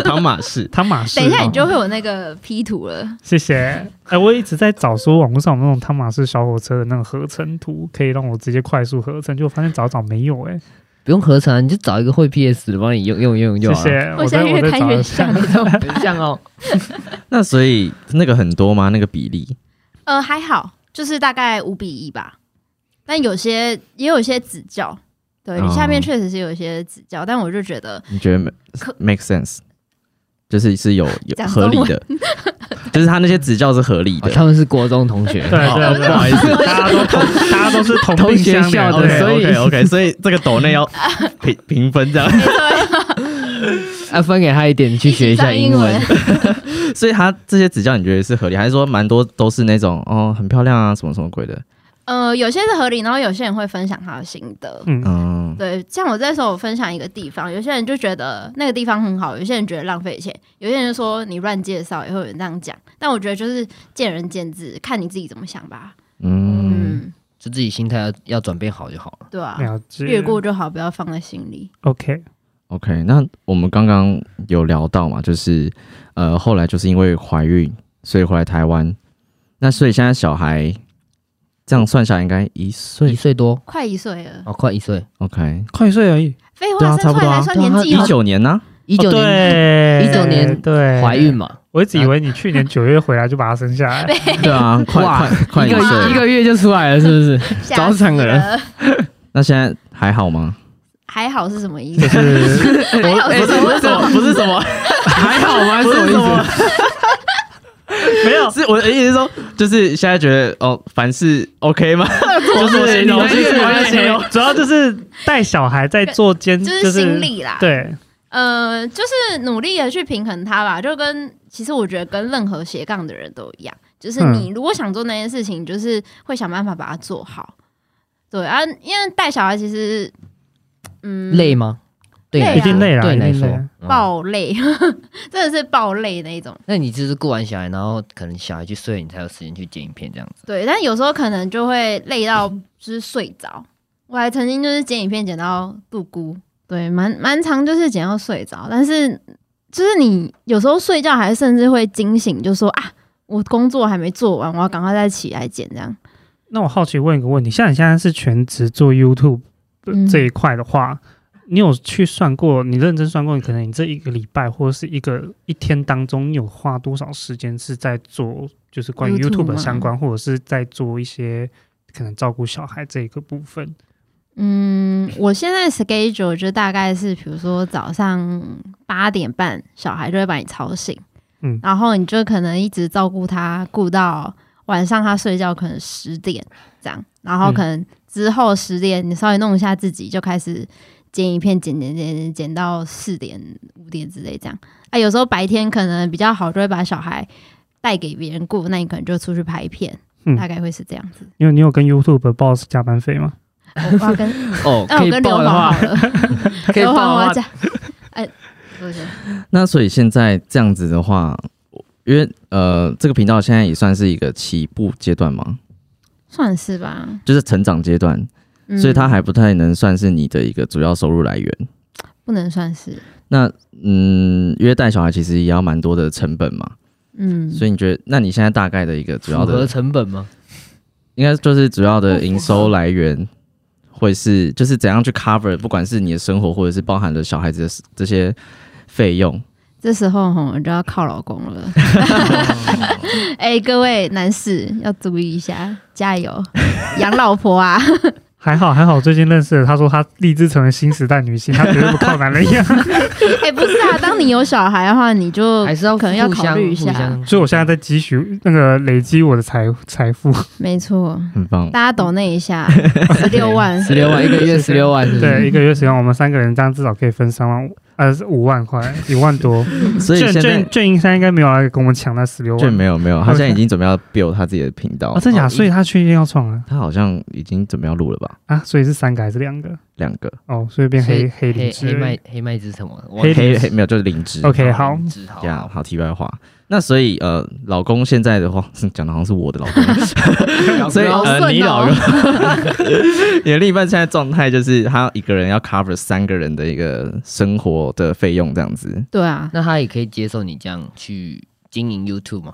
B: 汤马士，
A: 汤马士，
D: 等一下你
A: 哦
D: 就会有那个 P
A: <laughs>
D: 图了。
A: 谢谢。哎、我一直在找说网络上有没有那种汤马士小火车的那个合成图，可以让我直接快速合成，就发现找找没有、哎，
C: 不用合成啊，你就找一个会 PS 的帮你用用用用
A: 谢
C: 就好了。
A: 谢。我
D: 现
A: 在
D: 在
A: 我
D: 越
A: 在
D: 看
A: 找
D: 越
A: 一下 <laughs>
D: 像那种，
C: 很像哦，
B: <laughs> 那所以那个很多吗？那个比例？
D: 呃，还好，就是大概五比一吧。但有些也有一些指教，对你下面
B: 哦
D: 确实是有一些指教，但我就觉得 <laughs>
B: 你觉得 make-
D: 可
B: make sense？就是是有有
D: 讲
B: 合
D: 中
B: 理
D: 文
B: 的， <laughs> 就是他那些指教是合理
C: 哦
B: 的。
C: 他们是国中同学
A: 对，对对，
B: 不好意思
A: <laughs> 大家都同，大家都是同
C: 同
A: 病
C: 学
A: 相怜
C: 校的
A: 对
C: 所以
B: <laughs> OK OK，所以这个抖内
D: <laughs>
B: 要平平分这样。 <laughs>
C: 啊，分给他一点，你去学一下
D: 张英
C: 英文。
B: 所以他这些指教你觉得是合理，还是说蛮多都是那种哦很漂亮啊什么什么鬼的？
D: 呃，有些是合理，然后有些人会分享他的心得。
A: 嗯，
B: 嗯，
D: 对，像我这时候我分享一个地方，有些人就觉得那个地方很好，有些人觉得浪费钱，有些人就说你乱介绍，也会有人这样讲。但我觉得就是见仁见智，看你自己怎么想吧。
B: 嗯，
D: 嗯，
C: 就自己心态要要转变好就好了。
D: 对啊，
A: 了解。
D: 越过就好，不要放在心里。
A: OK，
B: OK，那我们刚刚有聊到嘛，就是呃后来就是因为怀孕，所以回来台湾。那所以现在小孩这样算下来应该一
C: 一
B: 岁
C: 岁多，
D: 快一岁了，
C: 哦，快一岁，
B: ，OK，
A: 快一岁而已。
D: 废
B: 对啊
D: 话，
B: 差
D: 生
B: 不
D: 出
B: 多啊
D: 来才算年纪
B: 一
D: 好。
B: 九年呢、
C: 一九年
A: 年
C: 19年
A: 哦对
C: 怀孕，嘛，
A: 我一直以为你去年九月回来就把他生下来。
B: 对
C: <laughs>
B: 啊，快
C: 哇
B: 快快
C: 一个
B: 岁
C: 一个月就出来了，是不是？
D: 吓
C: 早产
D: 死
C: 儿
D: 了，
B: 那现在还好吗？
D: 还好是什么意
A: 就
D: 思？
A: 是
C: 哎
D: 还好是什么意思？
B: 不是什么，
C: <laughs> 还好吗？
B: 不
C: 什
B: 是什
C: 么
B: 么
C: 意思？，
B: 没
D: <laughs>
B: 有，是我的意思是说，就是现在觉得哦，凡事 OK
C: <laughs>
B: 吗？
A: 就是
B: 你
A: 就
B: 们
A: 是
B: 越来越没有
A: 主要就是带小孩在做兼，
D: <laughs> <laughs> 就
A: 就是
D: 心理啊啦，
A: 对，
D: 呃，就是努力的去平衡它吧，就跟其实我觉得跟任何斜杠的人都一样，就是你如果想做那件事情，就是会想办法把它做好。对啊，因为带小孩其实，嗯，
C: 累吗？对你来说，
D: 累啊一定
A: 累啦
C: 对你来
A: 一定
C: 说
A: 累啊。
C: 嗯
D: 爆累， <laughs> 真的是爆累那一种。
C: 那你就是顾完小孩，然后可能小孩去睡，你才有时间去剪影片这样子。
D: 对，但有时候可能就会累到就是睡着。我还曾经就是剪影片剪到度孤，对，蛮蛮长就是剪到睡着，但是就是你有时候睡觉还甚至会惊醒，就说啊，我工作还没做完，我要赶快再起来剪这样。
A: 那我好奇问一个问题，像你现在是全职做 YouTube
D: 嗯
A: 这一块的话，你有去算过？你认真算过，你可能你这一个礼拜或者是一个一天当中，你有花多少时间是在做，就是关于
D: YouTube 吗
A: YouTube 相关，或者是在做一些可能照顾小孩这一个部分？
D: 嗯，我现在 schedule 就大概是，比如说早上八点半，小孩就会把你吵醒，
A: 嗯
D: 然后你就可能一直照顾他，顾到晚上他睡觉可能十点这样，然
A: 嗯
D: 后可能之后十点你稍微弄一下自己，就开始剪影片，剪剪剪剪剪到四点五点之类这样。啊，有时候白天可能比较好，就会把小孩带给别人顾，那你可能就出去拍片，
A: 嗯
D: 大概会是这样子。
A: 因为你有跟 YouTube boss 加班费吗？
D: 我我要跟
B: 哦，
D: <laughs> 那
B: 可
D: 我
B: 以
D: 跟刘
B: 报的
D: 皇 <laughs>
B: 话
D: 好，了。
B: 可以
D: 有
B: 报的
D: 花
B: 话
D: 花，家，哎，不是，
B: 那所以现在这样子的话，因为呃，这个频道现在也算是一个起步阶段嘛，
D: 算是吧。
B: 就是成长阶段，
D: 嗯、
B: 所以它还不太能算是你的一个主要收入来源。
D: 不能算是，
B: 那嗯，因为带小孩其实也要蛮多的成本嘛，
D: 嗯，
B: 所
D: 以
B: 以你觉得，那你现在大概的一个主要
C: 符合
B: 的，
C: 成本吗？
B: 应该就是主要的营收来源，会是就是怎样去 cover，不管是你的生活，或者是包含了小孩子的这些费用。
D: 这时候吼，我就要靠老公 <laughs> 了。哎、各位男士要注意一下，加油，养老婆 <laughs> 啊！
A: 还好还好，最近认识的，她说她立志成为新时代女性，她绝对不靠男人一样。 <laughs>
D: 哎、不是啊，当你有小孩的话，你就
C: 还是要
D: 呃可能要
C: 互相
D: 考虑一
C: 互
D: 下
C: 相 <laughs>
A: 所以我现在在积蓄那个累积我的财财富，
D: 没错，
B: 很棒，
D: 大家抖那一 <laughs> 下，嗯十六万，
C: 十六
B: <laughs>
C: 万一个月，十六万，是不是
A: 对，一个月使用我们三个人，这样至少可以分三万五，呃，五万块，一万多。
B: 所以
A: 郑
B: 现在
A: 郑郑英山应该没有来跟我们抢那十六
B: 就
A: 万
B: 没有没有，他现在已经准备要 build 他自己的频道
A: 啊，真假？所以他确定要创了
B: 他好像已经准备要录了吧？
A: 啊，所以是三个还是两个？
B: 两个
A: 哦，所以变
C: 所以
A: 黑黑
C: 黑
A: 领
C: 黑
A: 之类
C: 麦黑麦是什么？我
A: 黑灵
B: 黑
A: 芝
B: 黑没有就是灵芝。
A: OK，好，
C: 林志豪
B: 呀，好，题外话。那所以呃，老公现在的话 <laughs> 讲的好像是我的老公，所以
D: 好顺哦
B: 呃，你老公 <laughs> 你的另一半现在状态就是他一个人要 cover 三个人的一个生活的费用这样子。
D: 对啊，
C: 那他也可以接受你这样去经营 YouTube 吗？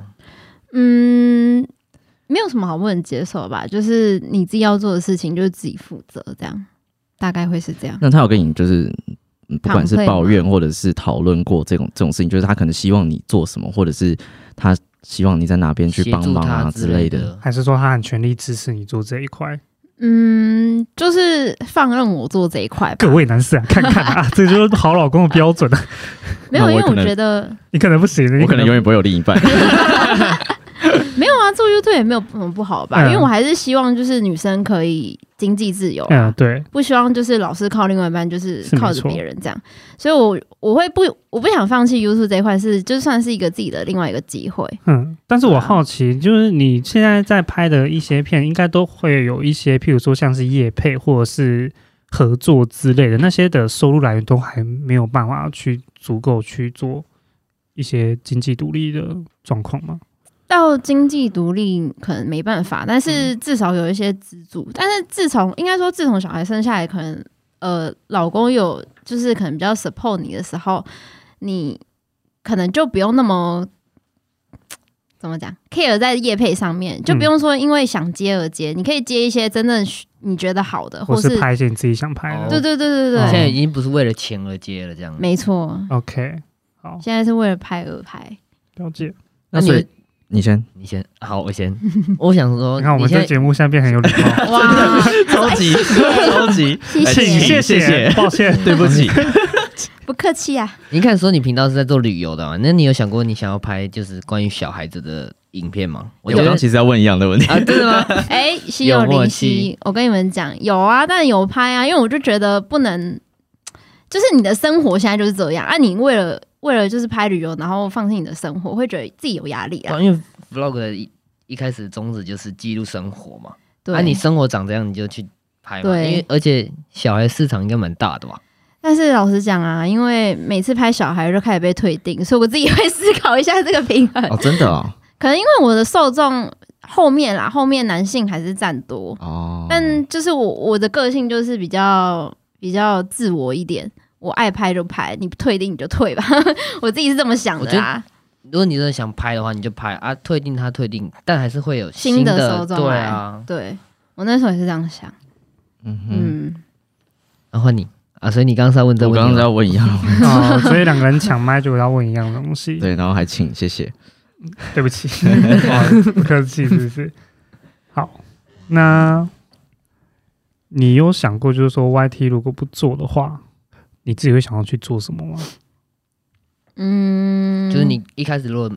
D: 嗯，没有什么好不能接受吧，就是你自己要做的事情，就是自己负责，这样大概会是这样。
B: 那他有跟你就是嗯不管是
D: Complain 吗
B: 抱怨或者是讨论过这种这种事情，就是他可能希望你做什么，或者是他希望你在哪边去
C: 协
B: 帮
C: 助
B: 忙
C: 他
B: 啊
C: 之
B: 类的。
C: 的。
A: 还是说他很全力支持你做这一块？
D: 嗯，就是放任我做这一块吧
A: 各。位男士啊，看看啊，这就是好老公的标准啊！
D: 没有，
B: 那我
D: 因为
B: 可
D: 我
B: 能
D: 觉得
A: 你可能不行，你
B: 我可能永远不会有另一半。
D: 没有啊，做 YouTube 也没有什么不好吧，
A: 嗯
D: 因为我还是希望就是女生可以经济自由啊，
A: 嗯，对，
D: 不希望就是老是靠另外一半，就是
A: 是没
D: 靠着
A: 错
D: 别人这样。所以我我会不我不想放弃 YouTube 这一块，是就算是一个自己的另外一个机会。
A: 嗯，但是我
D: 对啊
A: 好奇，就是你现在在拍的一些片，应该都会有一些，譬如说像是业配或者是合作之类的，那些的收入来源都还没有办法去足够去做一些经济独立的状况吗？
D: 到经济独立可能没办法，但是至少有一些资助。但是自从应该说自从小孩生下来，可能呃老公有就是可能比较 support 你的时候，你可能就不用那么怎么讲 care 在业配上面，就不用说因为想接而接，你可以接一些真正需你觉得好的，
A: 或
D: 哦或
A: 是拍一些你自己想拍的？
C: 哦
D: 对对对对
C: 现
D: 对，
C: 在已经不是为了钱而接了，这样。
D: 没错，
A: OK，好，
D: 现在是为了拍而
B: <laughs>
D: 拍。
A: 了解。
B: 那
C: 那
B: 所
C: 你
B: 以你先
C: 你先好，我
D: <laughs>
C: 先。我想说，
A: 你看我们
C: 现
A: 这
C: 在
A: 节目现在变很有礼貌，
D: 哇，
B: <laughs> 超 <laughs> 级超级，
D: 谢
B: 哎
D: 谢
A: 请
B: <laughs> 谢
A: 谢，
B: 谢
A: 抱歉，
B: <laughs> 对不起，
D: 不客气啊。
C: 你看说你频道是在做旅游的嘛？那你有想过你想要拍就是关于小孩子的影片吗？
B: 我
C: 觉
B: 刚
C: 得
B: 刚其实要问一样的问题。
C: 啊，真的吗？
D: 哎，心有
C: 有默
D: 灵
C: 契
D: 犀，我跟你们讲，有啊，但有拍啊，因为我就觉得不能，就是你的生活现在就是这样啊，你为了为了就是拍旅游，然后放弃你的生活，会觉得自己有压力啊。
C: 因为 vlog 的一一开始的宗旨就是记录生活嘛，
D: 对，
C: 啊，你生活长这样你就去拍嘛，
D: 对
C: 因为而且小孩市场应该蛮大的吧？
D: 但是老实讲啊，因为每次拍小孩就开始被退订，所以我自己会思考一下这个平衡。
B: 哦，真的 <laughs> 哦，
D: 可能因为我的受众后面啦，后面男性还是占多，
B: 哦，
D: 但就是我我的个性就是比较比较自我一点，我爱拍就拍，你退订你就退吧， <laughs> 我自己是这么想的啊啦。
C: 如果你真的想拍的话，你就拍啊，退订他退订，但还是会有
D: 新
C: 的
D: 的手中
C: 对
D: 来
C: 啊。
D: 对我那时候也是这样想，
B: 嗯哼，
D: 嗯，
C: 然后你啊，所以你刚刚是要问这个
B: 我
C: 问
B: 刚刚
C: 题吗
B: 在问一样的问题，
A: 哦，所以两个人抢麦就要问一样的东西。
B: <laughs> 对，然后还请谢谢。
A: 对不
B: <laughs>
A: 起，哦不客气，是不是？好，那你有想过，就是说 YT 如果不做的话，你自己会想要去做什么吗？
D: 嗯，
C: 就是你一开始如果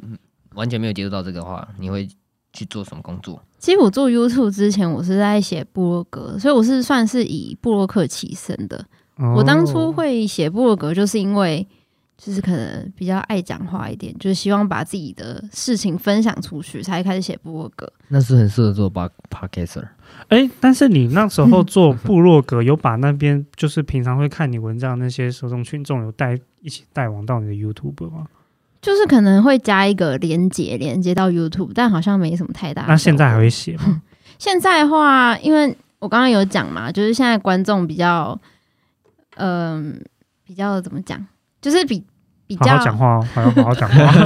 C: 完全没有接触到这个的话，你会去做什么工作？
D: 其实我做 YouTube 之前，我是在写部落格，所以我是算是以部落客起身的。我当初
A: 哦，
D: 会写部落格，就是因为就是可能比较爱讲话一点，就是希望把自己的事情分享出去，才开始写部落格。
C: 那是很适合做 pod podcaster。
A: 哎、但是你那时候做部落格，有把那边就是平常会看你文章的那些受众群众有带一起带往到你的 YouTube 吗？
D: 就是可能会加一个连接，连接到 YouTube，但好像没什么太大的效果。
A: 那现在还会写吗？
D: 现在的话，因为我刚刚有讲嘛，就是现在观众比较，嗯、比较怎么讲，就是比比
A: 好
D: 较
A: 好讲话哦，好好好好讲话。
D: <laughs>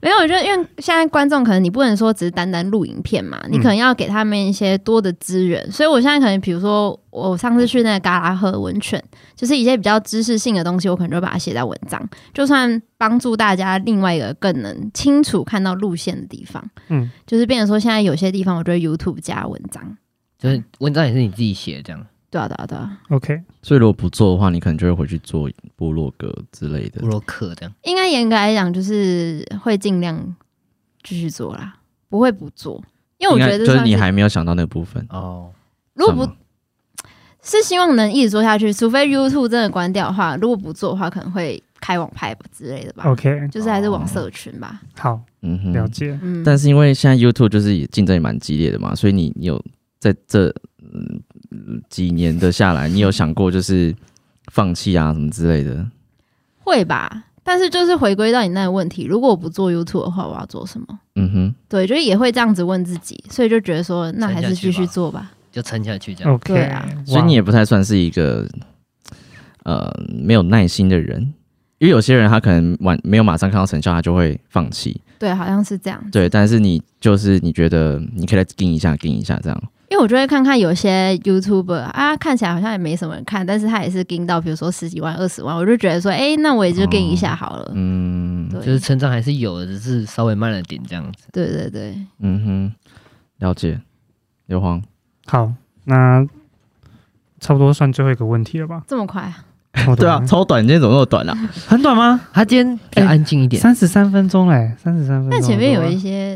D: 没有，我觉得因为现在观众可能你不能说只是单单录影片嘛，
B: 嗯
D: 你可能要给他们一些多的资源。所以我现在可能比如说我上次去那个嘎啦喝温泉，就是一些比较知识性的东西，我可能就会把它写在文章，就算帮助大家另外一个更能清楚看到路线的地方。
A: 嗯，
D: 就是变成说现在有些地方，我觉得 YouTube 加文章，
C: 就是文章也是你自己写的这样，
D: 对啊对啊对啊，
A: OK，
B: 所以如果不做的话，你可能就会回去做部落格之类的
C: 布。洛克这样。
D: 应该严格来讲就是会尽量继续做啦，不会不做，因为我
B: 应
D: 觉
B: 该
D: 得
B: 就是
D: 算
B: 你还没有想到那部分。
C: 哦，
D: 如果不
B: 算吗
D: 是希望能一直做下去，除非 YouTube 真的关掉的话，如果不做的话，可能会开网拍之类的吧。
A: OK，
D: 就是还是往社群吧。
A: 好，
B: 嗯哼，
A: 了解。
D: 嗯，
B: 但是因为现在 YouTube 就是也竞争也蛮激烈的嘛，所以你你有在这嗯几年的下来，你有想过就是放弃啊什么之类的？
D: 会吧。但是就是回归到你那个问题，如果我不做 YouTube 的话，我要做什么？
B: 嗯哼，
D: 对，就是也会这样子问自己，所以就觉得说，那还是继续做吧。
C: 就撑下去这样。
A: OK，
D: 对啊
A: 哇
B: 所以你也不太算是一个呃没有耐心的人。因为有些人他可能晚没有马上看到成效，他就会放弃。
D: 对，好像是这样。
B: 对，但是你就是你觉得你可以再盯一下，盯一下这样。
D: 因为我就会看看有些 YouTuber 啊，看起来好像也没什么人看，但是他也是盯到比如说十几万、二十万，我就觉得说，哎、那我也就盯一下好了。
B: 嗯，
D: 对，
C: 就是成长还是有的，只是稍微慢了点这样子。
D: 对对对，
B: 嗯哼，了解。刘皇，
A: 好，那差不多算最后一个问题了 <laughs> 吧？
D: 这么快啊？
A: 我的妈
B: 超短，今天怎么那么短啊？
A: 很短吗？
C: 他今天比较安静一点，
A: 三十三分钟嘞，三十三分钟。
D: 但前面有一
A: 些，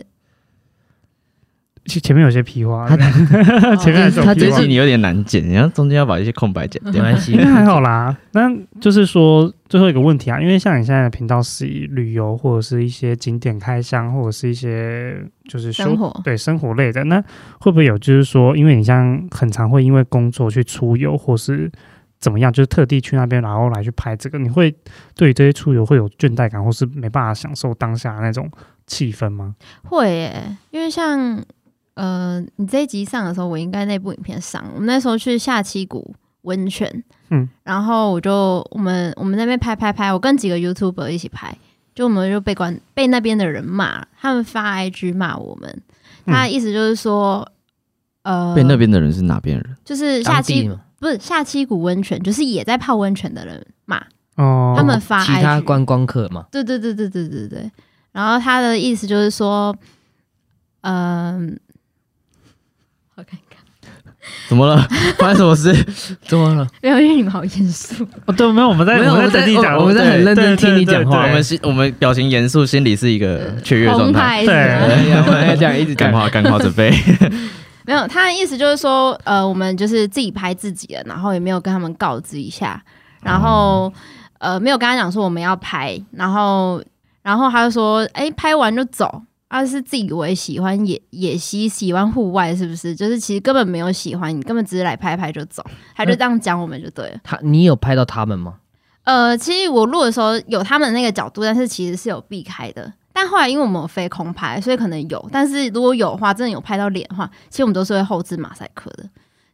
D: 些，
A: 其前面有些屁话，<laughs>
C: 他
A: 前
D: 哦
A: 面还是有
C: 他
A: 屁
B: 这
A: 话
B: 一集，你有点难 <laughs> 剪，然后中间要把一些空白剪
C: 没
B: 掉。
C: 关系
A: 应。该还好啦。那就是说最后一个问题啊，因为像你现在的频道是以旅游或者是一些景点开箱，或者是一些就是休
D: 生活
A: 对生活类的，那会不会有就是说，因为你像很常会因为工作去出游，或是怎么样，就是特地去那边，然后来去拍这个，你会对于这些出游会有倦怠感，或是没办法享受当下那种气氛吗？
D: 会耶，因为像呃，你这一集上的时候，我应该那部影片上，我们那时候去下七谷温泉，
A: 嗯，
D: 然后我就我们我们那边拍拍拍，我跟几个 YouTuber 一起拍，就我们就被关被那边的人骂，他们发 IG 骂我们，
A: 嗯
D: 他的意思就是说，呃，
B: 被那边的人是哪边人？
D: 就是下
C: 当地
D: 七
C: 嘛，
D: 不是下七谷温泉，就是也在泡温泉的人骂，
A: 哦，
D: 他们发
C: 其
D: IG
C: 他观光客嘛，
D: 对对对对对对对。然后他的意思就是说，嗯、好尴尬，
B: 怎么了？ <laughs> 发生什么事？
C: 怎么了？
D: 没有，因为你们好严肃。
A: 哦对，没有，我们在
C: 没有
A: 我们
C: 我们
A: 在
C: 在哦
A: 等你讲，
C: 我我们在很
A: 对
C: 认真
A: 对
C: 听你
A: 对
C: 讲
A: 对
B: <laughs>
C: 话
B: 我
A: 对
B: 们心我们表情严肃，心里是一个雀跃状
D: 澎
B: 态。
D: 湃是吗
A: 对
C: 呀，我们要这样一直
B: 干
C: 讲话。
B: 话，干话准备。
D: <laughs> 没有，他的意思就是说，呃，我们就是自己拍自己的，然后也没有跟他们告知一下，然后、呃，没有跟他讲说我们要拍，然后然后他就说，哎、拍完就走。他、是自以为喜欢野野溪，喜欢户外，是不是？就是其实根本没有喜欢，你根本只是来拍拍就走。他就这样讲我们就对了。
C: 他，你有拍到他们吗？
D: 呃，其实我录的时候有他们那个角度，但是其实是有避开的。但后来因为我们有飞空拍，所以可能有。但是如果有的话，真的有拍到脸的话，其实我们都是会后置马赛克的。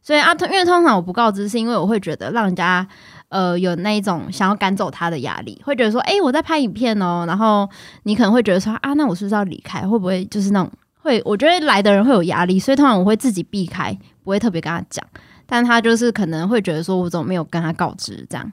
D: 所以啊，通因为通常我不告知，是因为我会觉得让人家呃有那一种想要赶走他的压力，会觉得说，诶，我在拍影片哦，然后你可能会觉得说，啊，那我是不是要离开？会不会就是那种会？我觉得来的人会有压力，所以通常我会自己避开，不会特别跟他讲。但他就是可能会觉得说，我怎么没有跟他告知这样？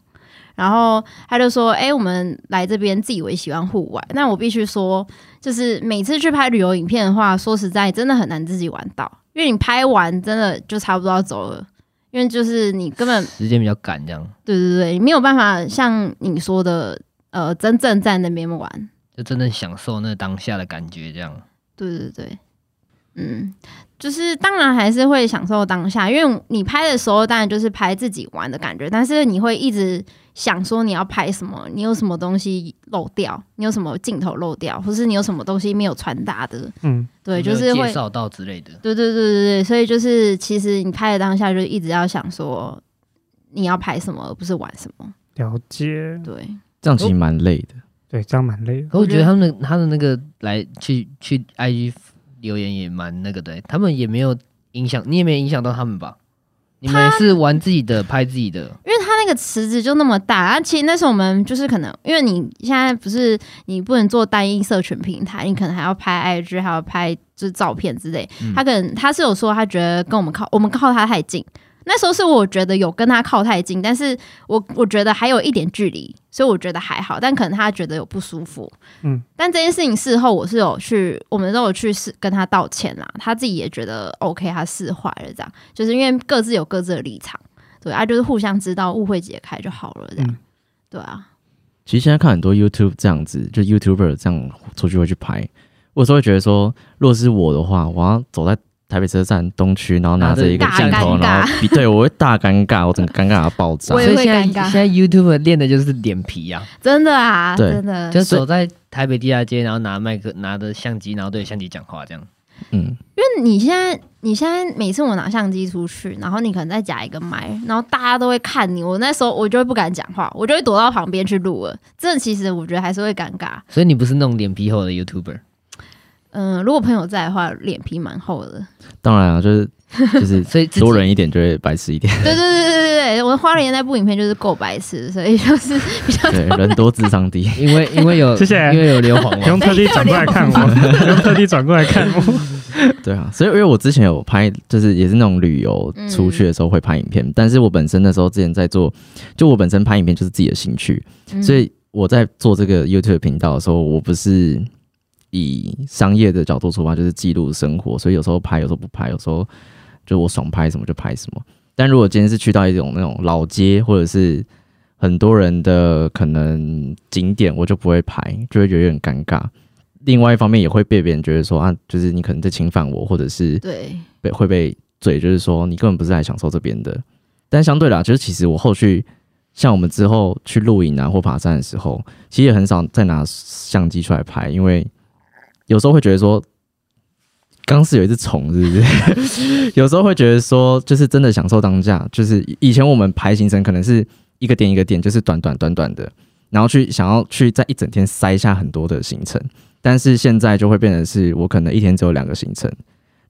D: 然后他就说：“哎、我们来这边自以为喜欢户外，那我必须说，就是每次去拍旅游影片的话，说实在真的很难自己玩到，因为你拍完真的就差不多要走了，因为就是你根本
C: 时间比较赶，这样
D: 对对对，没有办法像你说的，呃，真正在那边玩。
C: 就真正享受那当下的感觉，这样
D: 对对对，嗯，就是当然还是会享受当下，因为你拍的时候当然就是拍自己玩的感觉，但是你会一直想说你要拍什么，你有什么东西漏掉，你有什么镜头漏掉，或是你有什么东西没有传达的，
A: 嗯，
D: 对，
C: 有
D: 就
C: 没
D: 是
C: 有
D: 会
C: 介绍到之类的。
D: 对对对对对，所以就是其实你拍的当下就一直要想说你要拍什么，而不是玩什么。
A: 了解。
D: 对，
B: 这样其实蛮累的。
A: 对，这样蛮累的。
C: 可我觉
D: 我
C: 得
D: 觉得
C: 他们的他的那个来去去 IG 留言也蛮那个的欸、他们也没有影响，你也没有影响到他们吧？你们也是玩自己的，拍自己的，
D: 因为它那个池子就那么大，啊，其实那时候我们就是可能，因为你现在不是你不能做单一社群平台，你可能还要拍 IG，还要拍就是照片之类。他可能他是有说他觉得跟我们靠我们靠他太近，那时候是我觉得有跟他靠太近，但是我我觉得还有一点距离，所以我觉得还好，但可能他觉得有不舒服。
A: 嗯，
D: 但这件事情事后我是有去，我们都有去是跟他道歉啦，他自己也觉得 OK，他释怀了，这样就是因为各自有各自的立场。对啊，就是互相知道，误会解开就好了，这样。
A: 嗯
D: 对啊，
B: 其实现在看很多 YouTube 这样子，就 YouTuber 这样出去会去拍，我有时候会觉得说，如果是我的话，我要走在台北车站东区，然后拿着一个
D: 啊大
B: 镜头，
D: 尴尬
B: 然后比 <laughs> 对我会大尴尬，我整个尴尬到爆炸
D: 我。也
C: 所以
D: 会
C: 现在
D: 尴尬
C: 现在 YouTube 练的就是脸皮呀、
D: 真的啊，
B: 对
D: 真的，
C: 就
D: 因
C: 走在台北地下街，然后拿麦克拿着相机，然后对着相机讲话这样。
B: 嗯，
D: 为你现在，你现在每次我拿相机出去，然后你可能再夹一个麦，然后大家都会看你，我那时候我就会不敢讲话，我就会躲到旁边去录了。这其实我觉得还是会尴尬。
C: 所以你不是那种脸皮厚的 YouTuber，
D: 嗯，如果朋友在的话，脸皮蛮厚的。
B: 当然啊，就是就是
D: <laughs>
C: 所以自己
B: 多人一点就会白痴一点，
D: 对对对对对对，我花莲那部影片就是够白痴，所以就是比较
B: 对，人多智商低。 <laughs>
C: 因为因为有
A: 谢谢
C: 因为有硫磺
A: 不用
C: 嘛，
A: 特地转过来看我，不用特地转过来看 <laughs> 我。
B: 对啊，所以因为我之前有拍，就是也是那种旅游
D: 嗯
B: 出去的时候会拍影片，但是我本身那时候之前在做，就我本身拍影片就是自己的兴趣，
D: 嗯
B: 所以我在做这个 YouTube 频道的时候，我不是以商业的角度出发，就是记录生活，所以有时候拍，有时候不拍，有时候就我爽拍什么就拍什么。但如果今天是去到一种那种老街，或者是很多人的可能景点，我就不会拍，就会觉得有点尴尬。另外一方面也会被别人觉得说啊，就是你可能在侵犯我，或者是
D: 嗯对
B: 被会被嘴，就是说你根本不是来享受这边的。但相对啦，就是其实我后续像我们之后去露营啊或爬山的时候，其实也很少再拿相机出来拍，因为有时候会觉得说，刚是有一只虫，是不是？ <laughs> 有时候会觉得说，就是真的享受当下。就是以前我们排行程可能是一个点一个点，就是短短短短的，然后去想要去在一整天塞下很多的行程。但是现在就会变成是我可能一天只有两个行程，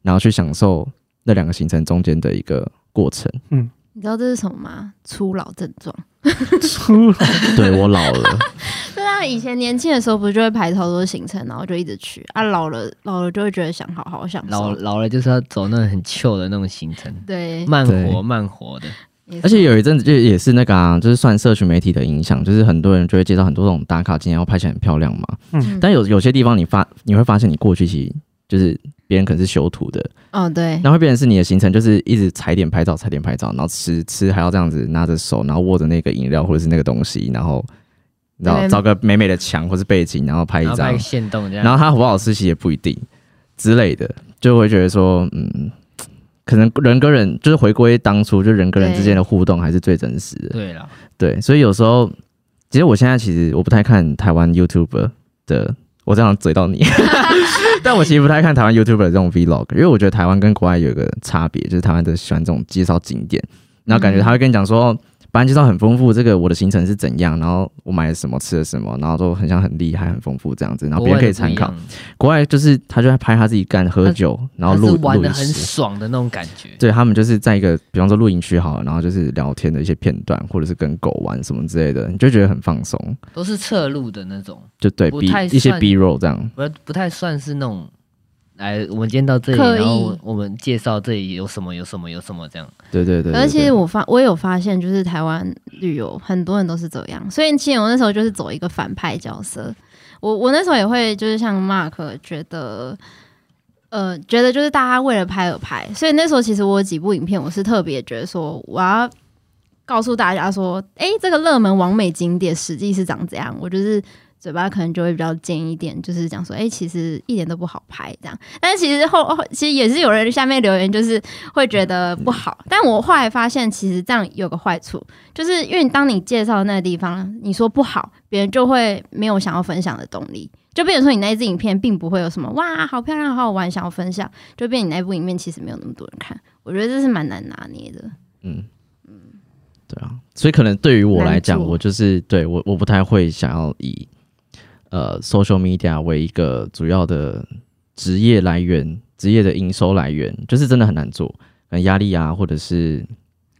B: 然后去享受那两个行程中间的一个过程。
D: 你知道这是什么吗？初老症状。
A: 出来 <laughs>
B: 对我老了，
D: 对啊，以前年轻的时候不是就会排超多行程，然后就一直去啊。老了老了就会觉得想好好享
C: 老
D: 受。
C: 老了就是要走那种很 chill 的那种行程，
D: 对，
C: 慢
B: 对
C: 活慢活的。
D: 没错
B: 而且有一阵子就也是那个啊，就是算社群媒体的影响，就是很多人就会介绍很多这种打卡景点，要拍起来很漂亮嘛。
D: 嗯
B: 但有有些地方你发你会发现，你过去其实就是别人可能是修图的，
D: 哦对，
B: 那会变成是你的行程就是一直踩点拍照，踩点拍照，然后吃吃还要这样子拿着手，然后握着那个饮料或者是那个东西，然后你知道
D: 对
B: 找个美美的墙或是背景，然后拍一
C: 然后拍
B: 张
C: 个，线动这样，
B: 然后它好不好吃其实也不一定之类的，就会觉得说，嗯，可能人跟人就是回归当初，就人跟人之间的互动还是最真实的。
C: 对了，
B: 对，所以有时候，其实我现在其实我不太看台湾 YouTuber 的，我这样嘴到你， <laughs> 但我其实不太看台湾 YouTuber 的这种 Vlog，因为我觉得台湾跟国外有一个差别，就是台湾的喜欢这种介绍景点，然后感
C: 嗯
B: 觉他会跟你讲说。哦把你介绍很丰富，这个我的行程是怎样，然后我买了什么，吃了什么，然后都很像很厉害、很丰富这样子，然后别人可以参考
C: 国。外的不一样，
B: 国外就是他就在拍他自己干喝酒，然后
C: 他
B: 录
C: 是玩
B: 录
C: 的
B: 影
C: 很
B: 时，
C: 爽的那种感觉。
B: 对他们就是在一个比方说露营区好了，然后就是聊天的一些片段，或者是跟狗玩什么之类的，你就觉得很放松，
C: 都是侧录的那种，
B: 就对
C: 不
B: 比
C: 太
B: 一些
C: 算
B: B roll 这样，
C: 不不太算是那种来，我们今天到这里，
D: 刻意
C: 然后我我们介绍这里有什么有什么有什么这样。
B: 对对对对
D: 而
B: 对
D: 且我发我有发现，就是台湾旅游很多人都是这样，所以其实我那时候就是走一个反派角色。我我那时候也会就是像 Mark 觉得，呃，觉得就是大家为了拍而拍，所以那时候其实我有几部影片，我是特别觉得说我要告诉大家说，诶，这个热门完美景点实际是长怎样，我就是。嘴巴可能就会比较尖一点，就是讲说，诶，其实一点都不好拍这样。但是其实后，后其实也是有人下面留言，就是会觉得不好。但我后来发现，其实这样有个坏处，就是因为当你介绍那个地方，你说不好，别人就会没有想要分享的动力。就变成说你那一支影片并不会有什么哇，好漂亮，好好玩，想要分享，就变你那部影片其实没有那么多人看。我觉得这是蛮难拿捏的。
B: 嗯，对啊，所以可能对于我来讲，
D: 难做
B: 我就是对我我不太会想要以呃 social media 为一个主要的职业来源、职业的营收来源，就是真的很难做，可能压力啊，或者是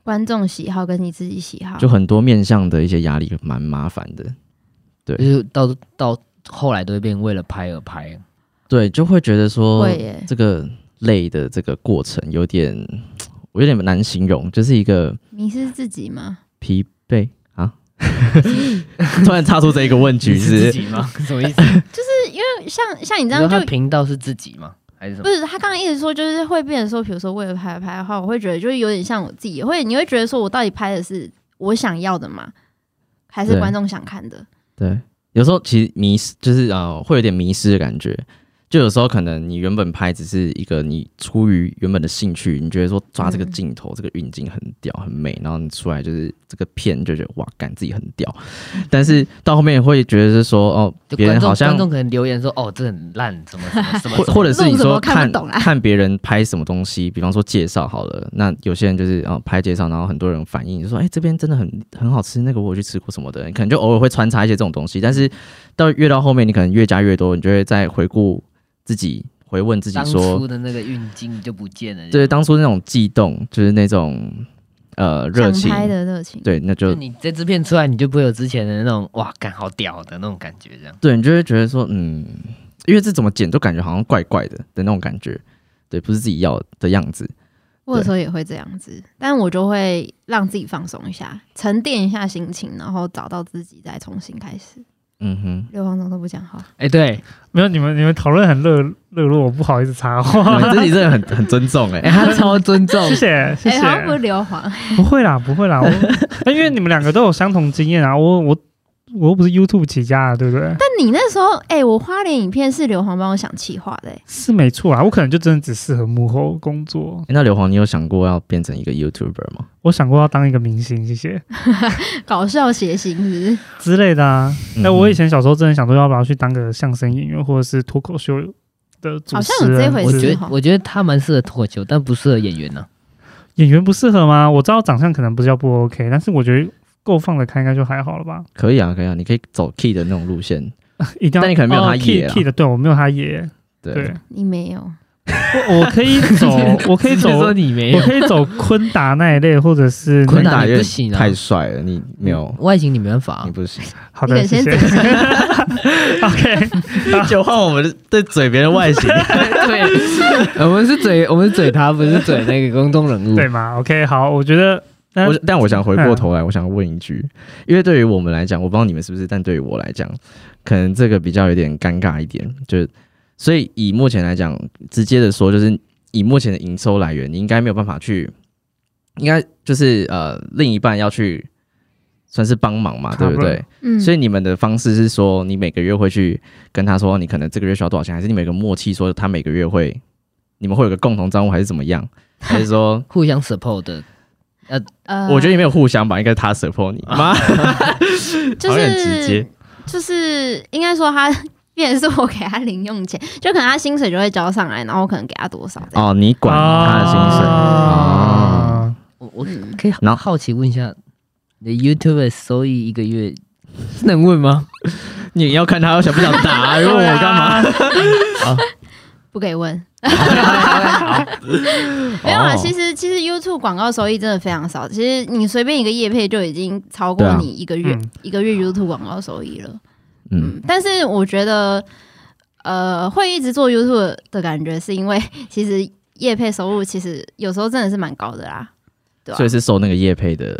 D: 观众喜好跟你自己喜好，
B: 就很多面向的一些压力，蛮麻烦的。
C: 就
B: 对
C: 是到到后来都会变为了拍而拍，
B: 对，就会觉得说
D: 会耶
B: 这个累的这个过程有点，我有点难形容，就是一个
D: 迷失自己吗？
B: 疲惫啊。 <laughs> 突然插出这一个问句
C: <laughs> 你
B: 是
C: 自己吗？什么意思？
D: 就像像你
C: 你
D: 这
C: 知道
D: 样
C: 他
D: 就
C: 的频道是自己吗？还是什
D: 不
C: 么？
D: 是，他刚刚一直说就是会变成说，比如说为了拍拍的话，我会觉得就是有点像我自己，会你会觉得说我到底拍的是我想要的吗？还是
B: 对
D: 观众想看的？
B: 对，有时候其实迷失就是呃，会有点迷失的感觉。就有时候可能你原本拍只是一个你出于原本的兴趣，你觉得说抓这个
D: 嗯
B: 镜头、这个运镜很屌很美，然后你出来就是这个片就觉得哇，感自己很屌。但是到后面会觉得是说哦，
C: 就
B: 别
C: 观
B: 人
C: 众
B: 好像
C: 观众可能留言说哦，这很烂，什么什 <laughs> 么什么
B: 或
C: 什么
B: 或者是你
D: 录什么
B: 说
D: 看
B: 看
D: 不懂啊
B: 别人拍什么东西，比方说介绍好了，那有些人就是啊、呃拍介绍，然后很多人反映就说，哎、这边真的很很好吃，那个我有去吃过什么的，你可能就偶尔会穿插一些这种东西，但是到越到后面，你可能越加越多，你就会再回顾自己，回问自己
C: 当
B: 说
C: 初，的那个运镜就不见了。
B: 对，当初那种悸动，就是那种呃热
D: 想
B: 情，
D: 拍的嗯热情，
B: 对，那
C: 就
B: 就
C: 你这支片出来，你就不会有之前的那种哇，干好屌的那种感觉，这样。
B: 对你就会觉得说，嗯，因为这怎么剪都感觉好像怪怪的的那种感觉，对，不是自己要的样子。
D: 我有时候也会这样子，但我就会让自己放松一下，沉淀一下心情，然后找到自己，再重新开始。
B: 嗯哼，
D: 六方钟都不讲话，
C: <laughs> 哎、对，
A: 没有你们你们讨论很热热络，我不好意思插话。
B: 哦你们自己真的很很尊重哎、
C: 哎、 <laughs> 他超尊重
A: 谢谢谢
D: 哎、
A: 谢，
D: 好像不是硫磺，
A: 不会啦，不会啦，我因为你们两个都有相同经验啊，我我我又不是 YouTube 起家的，对不对？
D: <laughs> 但你那时候，哎、我花莲影片是硫磺帮我想企划的、哎
A: 是没错啊，我可能就真的只适合幕后工作。
B: <laughs> 欸那硫磺，你有想过要变成一个 YouTuber 吗？
A: 我想过要当一个明星，谢
D: <laughs>
A: 谢
D: 搞笑谐星是不是？
A: 之类的啊。
B: 嗯
A: 那我以前小时候真的想说，要不要去当个相声演员或者是脱口秀的主
D: 好像
A: 持
D: 有这
A: 人？
D: 回
A: 或
C: 我
A: 是
D: 事
C: 觉得我觉得他蛮适合脱口秀，但不适合演员呢、
A: 演员不适合吗？我知道长相可能不叫不 OK，但是我觉得够放得开，应该就还好了吧。
B: 可以啊，可以啊，你可以走 Key 的那种路线。
A: 一定要，
B: <laughs> 但你可能没有他野啊
A: K 哦的，对我没有他野。
B: 对，
A: 对，
D: 你没有，
A: 我我可以走，
C: 哦
A: 我
C: <laughs>
A: 可以走
B: <laughs>
C: 只是，说你没
A: 我
C: 有
A: 可以走昆达那一类，或者是
C: 昆达
B: 你
C: 你不行啊
B: 太帅了，你没有，
C: 外形，你没办法啊、 <laughs>
B: 你不行。
A: 好
D: 你
A: 的，
D: 得
A: 谢
D: 先
A: 谢
D: 走。
A: <laughs> OK，
B: 就换 <laughs> 我们对嘴别人外形，
C: 对，啊我们是嘴，我们是嘴他，不是嘴那个公众人物。
A: 对吗？OK，好，我觉得，但
B: 我但我想回过头来，我想问一句，因为对于我们来讲，我不知道你们是不是，但对于我来讲，可能这个比较有点尴尬一点。就是，所以以目前来讲，直接的说，就是以目前的营收来源，你应该没有办法去，应该就是呃，另一半要去算是帮忙嘛，对不
A: Cover
B: 对？
D: 嗯，
B: 所以你们的方式是说，你每个月会去跟他说，你可能这个月需要多少钱，还是你们有个默契，说他每个月会，你们会有个共同账户，还是怎么样？还是说？
C: 互相 support 的，
D: 呃，
B: 我觉得也没有互相吧，应该是他 support
A: 啊
B: 你妈，
D: 就
B: 好像很直
D: 是
B: 接
D: 就是应该说他 <laughs> 变成是我给他零用钱，就可能他薪水就会交上来，然后我可能给他多少这样。
B: 哦，你管他的薪水哦。
A: 啊，
C: 我我
D: 嗯
C: 可以
B: 然后
C: 好奇问一下，你 YouTube 收益一个月能问吗？
B: <laughs> 你要看他想不想
C: <laughs>
B: 打，问我干嘛？
D: 不
B: <laughs>
D: 给问，
B: 哦
D: 没有啊。其实其实 YouTube 广告收益真的非常少，其实你随便一个业配就已经超过
B: 对啊
D: 你一个月、
A: 嗯
D: 一个月 YouTube 广告收益了。
B: 嗯，
D: 嗯，但是我觉得，呃，会一直做 YouTube 的感觉，是因为其实业配收入其实有时候真的是蛮高的啦。对啊
B: 所以是受那个业配的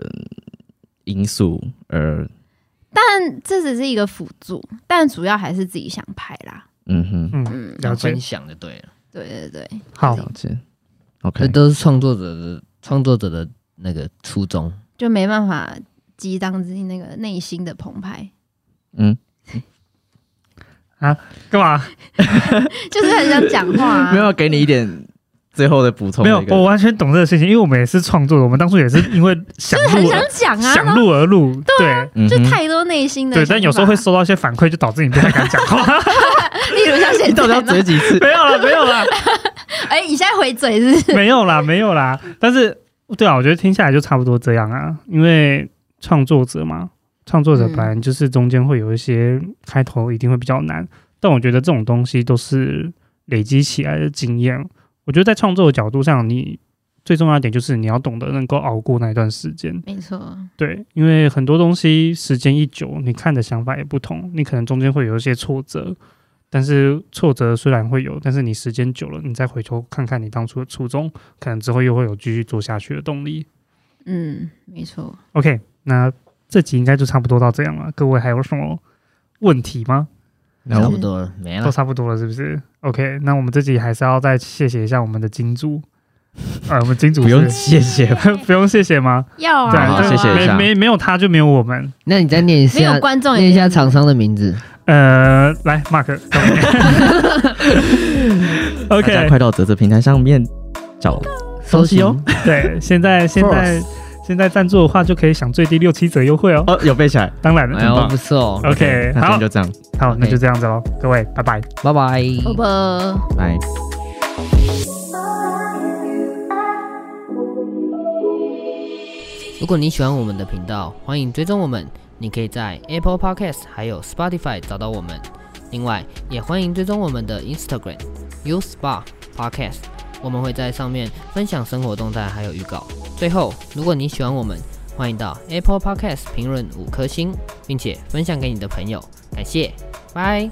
B: 因素而，
D: 但这只是一个辅助，但主要还是自己想拍啦。
B: 嗯哼，
A: 嗯，
D: 嗯，
A: 了解
C: 分。享就对了，
D: 对对对，
A: 好，
B: 了解。
C: 这
D: 呃
B: OK，
C: 都是创作者的创作者的那个初衷。
D: 就没办法激荡自己那个内心的澎湃， <laughs>
B: 嗯，
A: 干嘛？
D: 就是很想讲话、啊。
B: 没有给你一点最后的补充
A: 没
B: 的
A: 有
B: 一，个，
A: 我完全懂这个事情，因为我们也是创作的，我们当初也是因为想
D: 很
A: 录
D: 想
A: 而
D: 讲啊，
A: 想
D: 然后
A: 录而录，对
B: 嗯
D: 就
B: 哼
D: 太多内心的
A: 对，
D: 想啊
A: 但有时候会
D: 法，
A: 收到一些反馈，就导致你不太敢讲话。
D: <laughs> 例如像
B: 你
D: 现
B: 到底
D: 在
B: 要
D: 嘛，
B: 嘴几次？
A: 没有啦，没有啦，
D: 哎、你现在回嘴是不是？
A: <laughs> 没有啦，没有啦。但是，对啊，我觉得听下来就差不多这样啊，因为创作者嘛，创作者本来就是中间会有一些开头一定会比较难，但我觉得这种东西都是累积起来的经验。我觉得在创作的角度上，你最重要的点就是你要懂得能够熬过那一段时间。
D: 没错，
A: 对，因为很多东西时间一久，你看的想法也不同，你可能中间会有一些挫折，但是挫折虽然会有，但是你时间久了，你再回头看看你当初的初衷，可能之后又会有继续做下去的动力。
D: 嗯，没错。
A: OK，那这集应该就差不多到这样了，各位还有什么问题吗？
B: 然
C: 差
B: 后
C: 不多了，没
A: 都
C: 了。
A: 差不多了，是不是？OK，那我们这集还是要再谢谢一下我们的金主，呃，我们金主
B: 不用
A: 是
B: 谢谢，
A: <laughs> 不用谢谢吗？
D: <laughs> 要啊，
A: 对
B: 好
D: 要啊
B: 谢谢一下
A: 没没没有他就没有我们。
C: 那你再念一
D: 没有
C: 下，
D: 观众也
C: 念一下厂商的名字。
A: 呃，来，Mark，交
B: <laughs>
A: 给你
B: 大
A: <laughs>
B: 家
A: ，OK，
B: 快到泽泽平台上面找
C: 收
B: 西
C: 集
B: 哦。
A: 对，现在现在现在赞助的话，就可以享最低六七折优惠哦。
B: 哦，有背起来。
A: 当然了，
C: 哎
A: 很
C: 呦，
A: 棒
C: 不错，
A: OK，
B: 那今
A: 好
B: 天就这样，
A: 好，那
C: OK
A: 就这样子喽，各位，拜拜。
C: 拜拜。
D: 好吧。
B: 拜。
C: 如果你喜欢我们的频道，欢迎追踪我们。你可以在 Apple Podcast 还有 Spotify 找到我们。另外，也欢迎追踪我们的 Instagram U Spa Podcast，我们会在上面分享生活动态还有预告。最后，如果你喜欢我们，欢迎到 Apple Podcast 评论五颗星，并且分享给你的朋友。感谢，拜。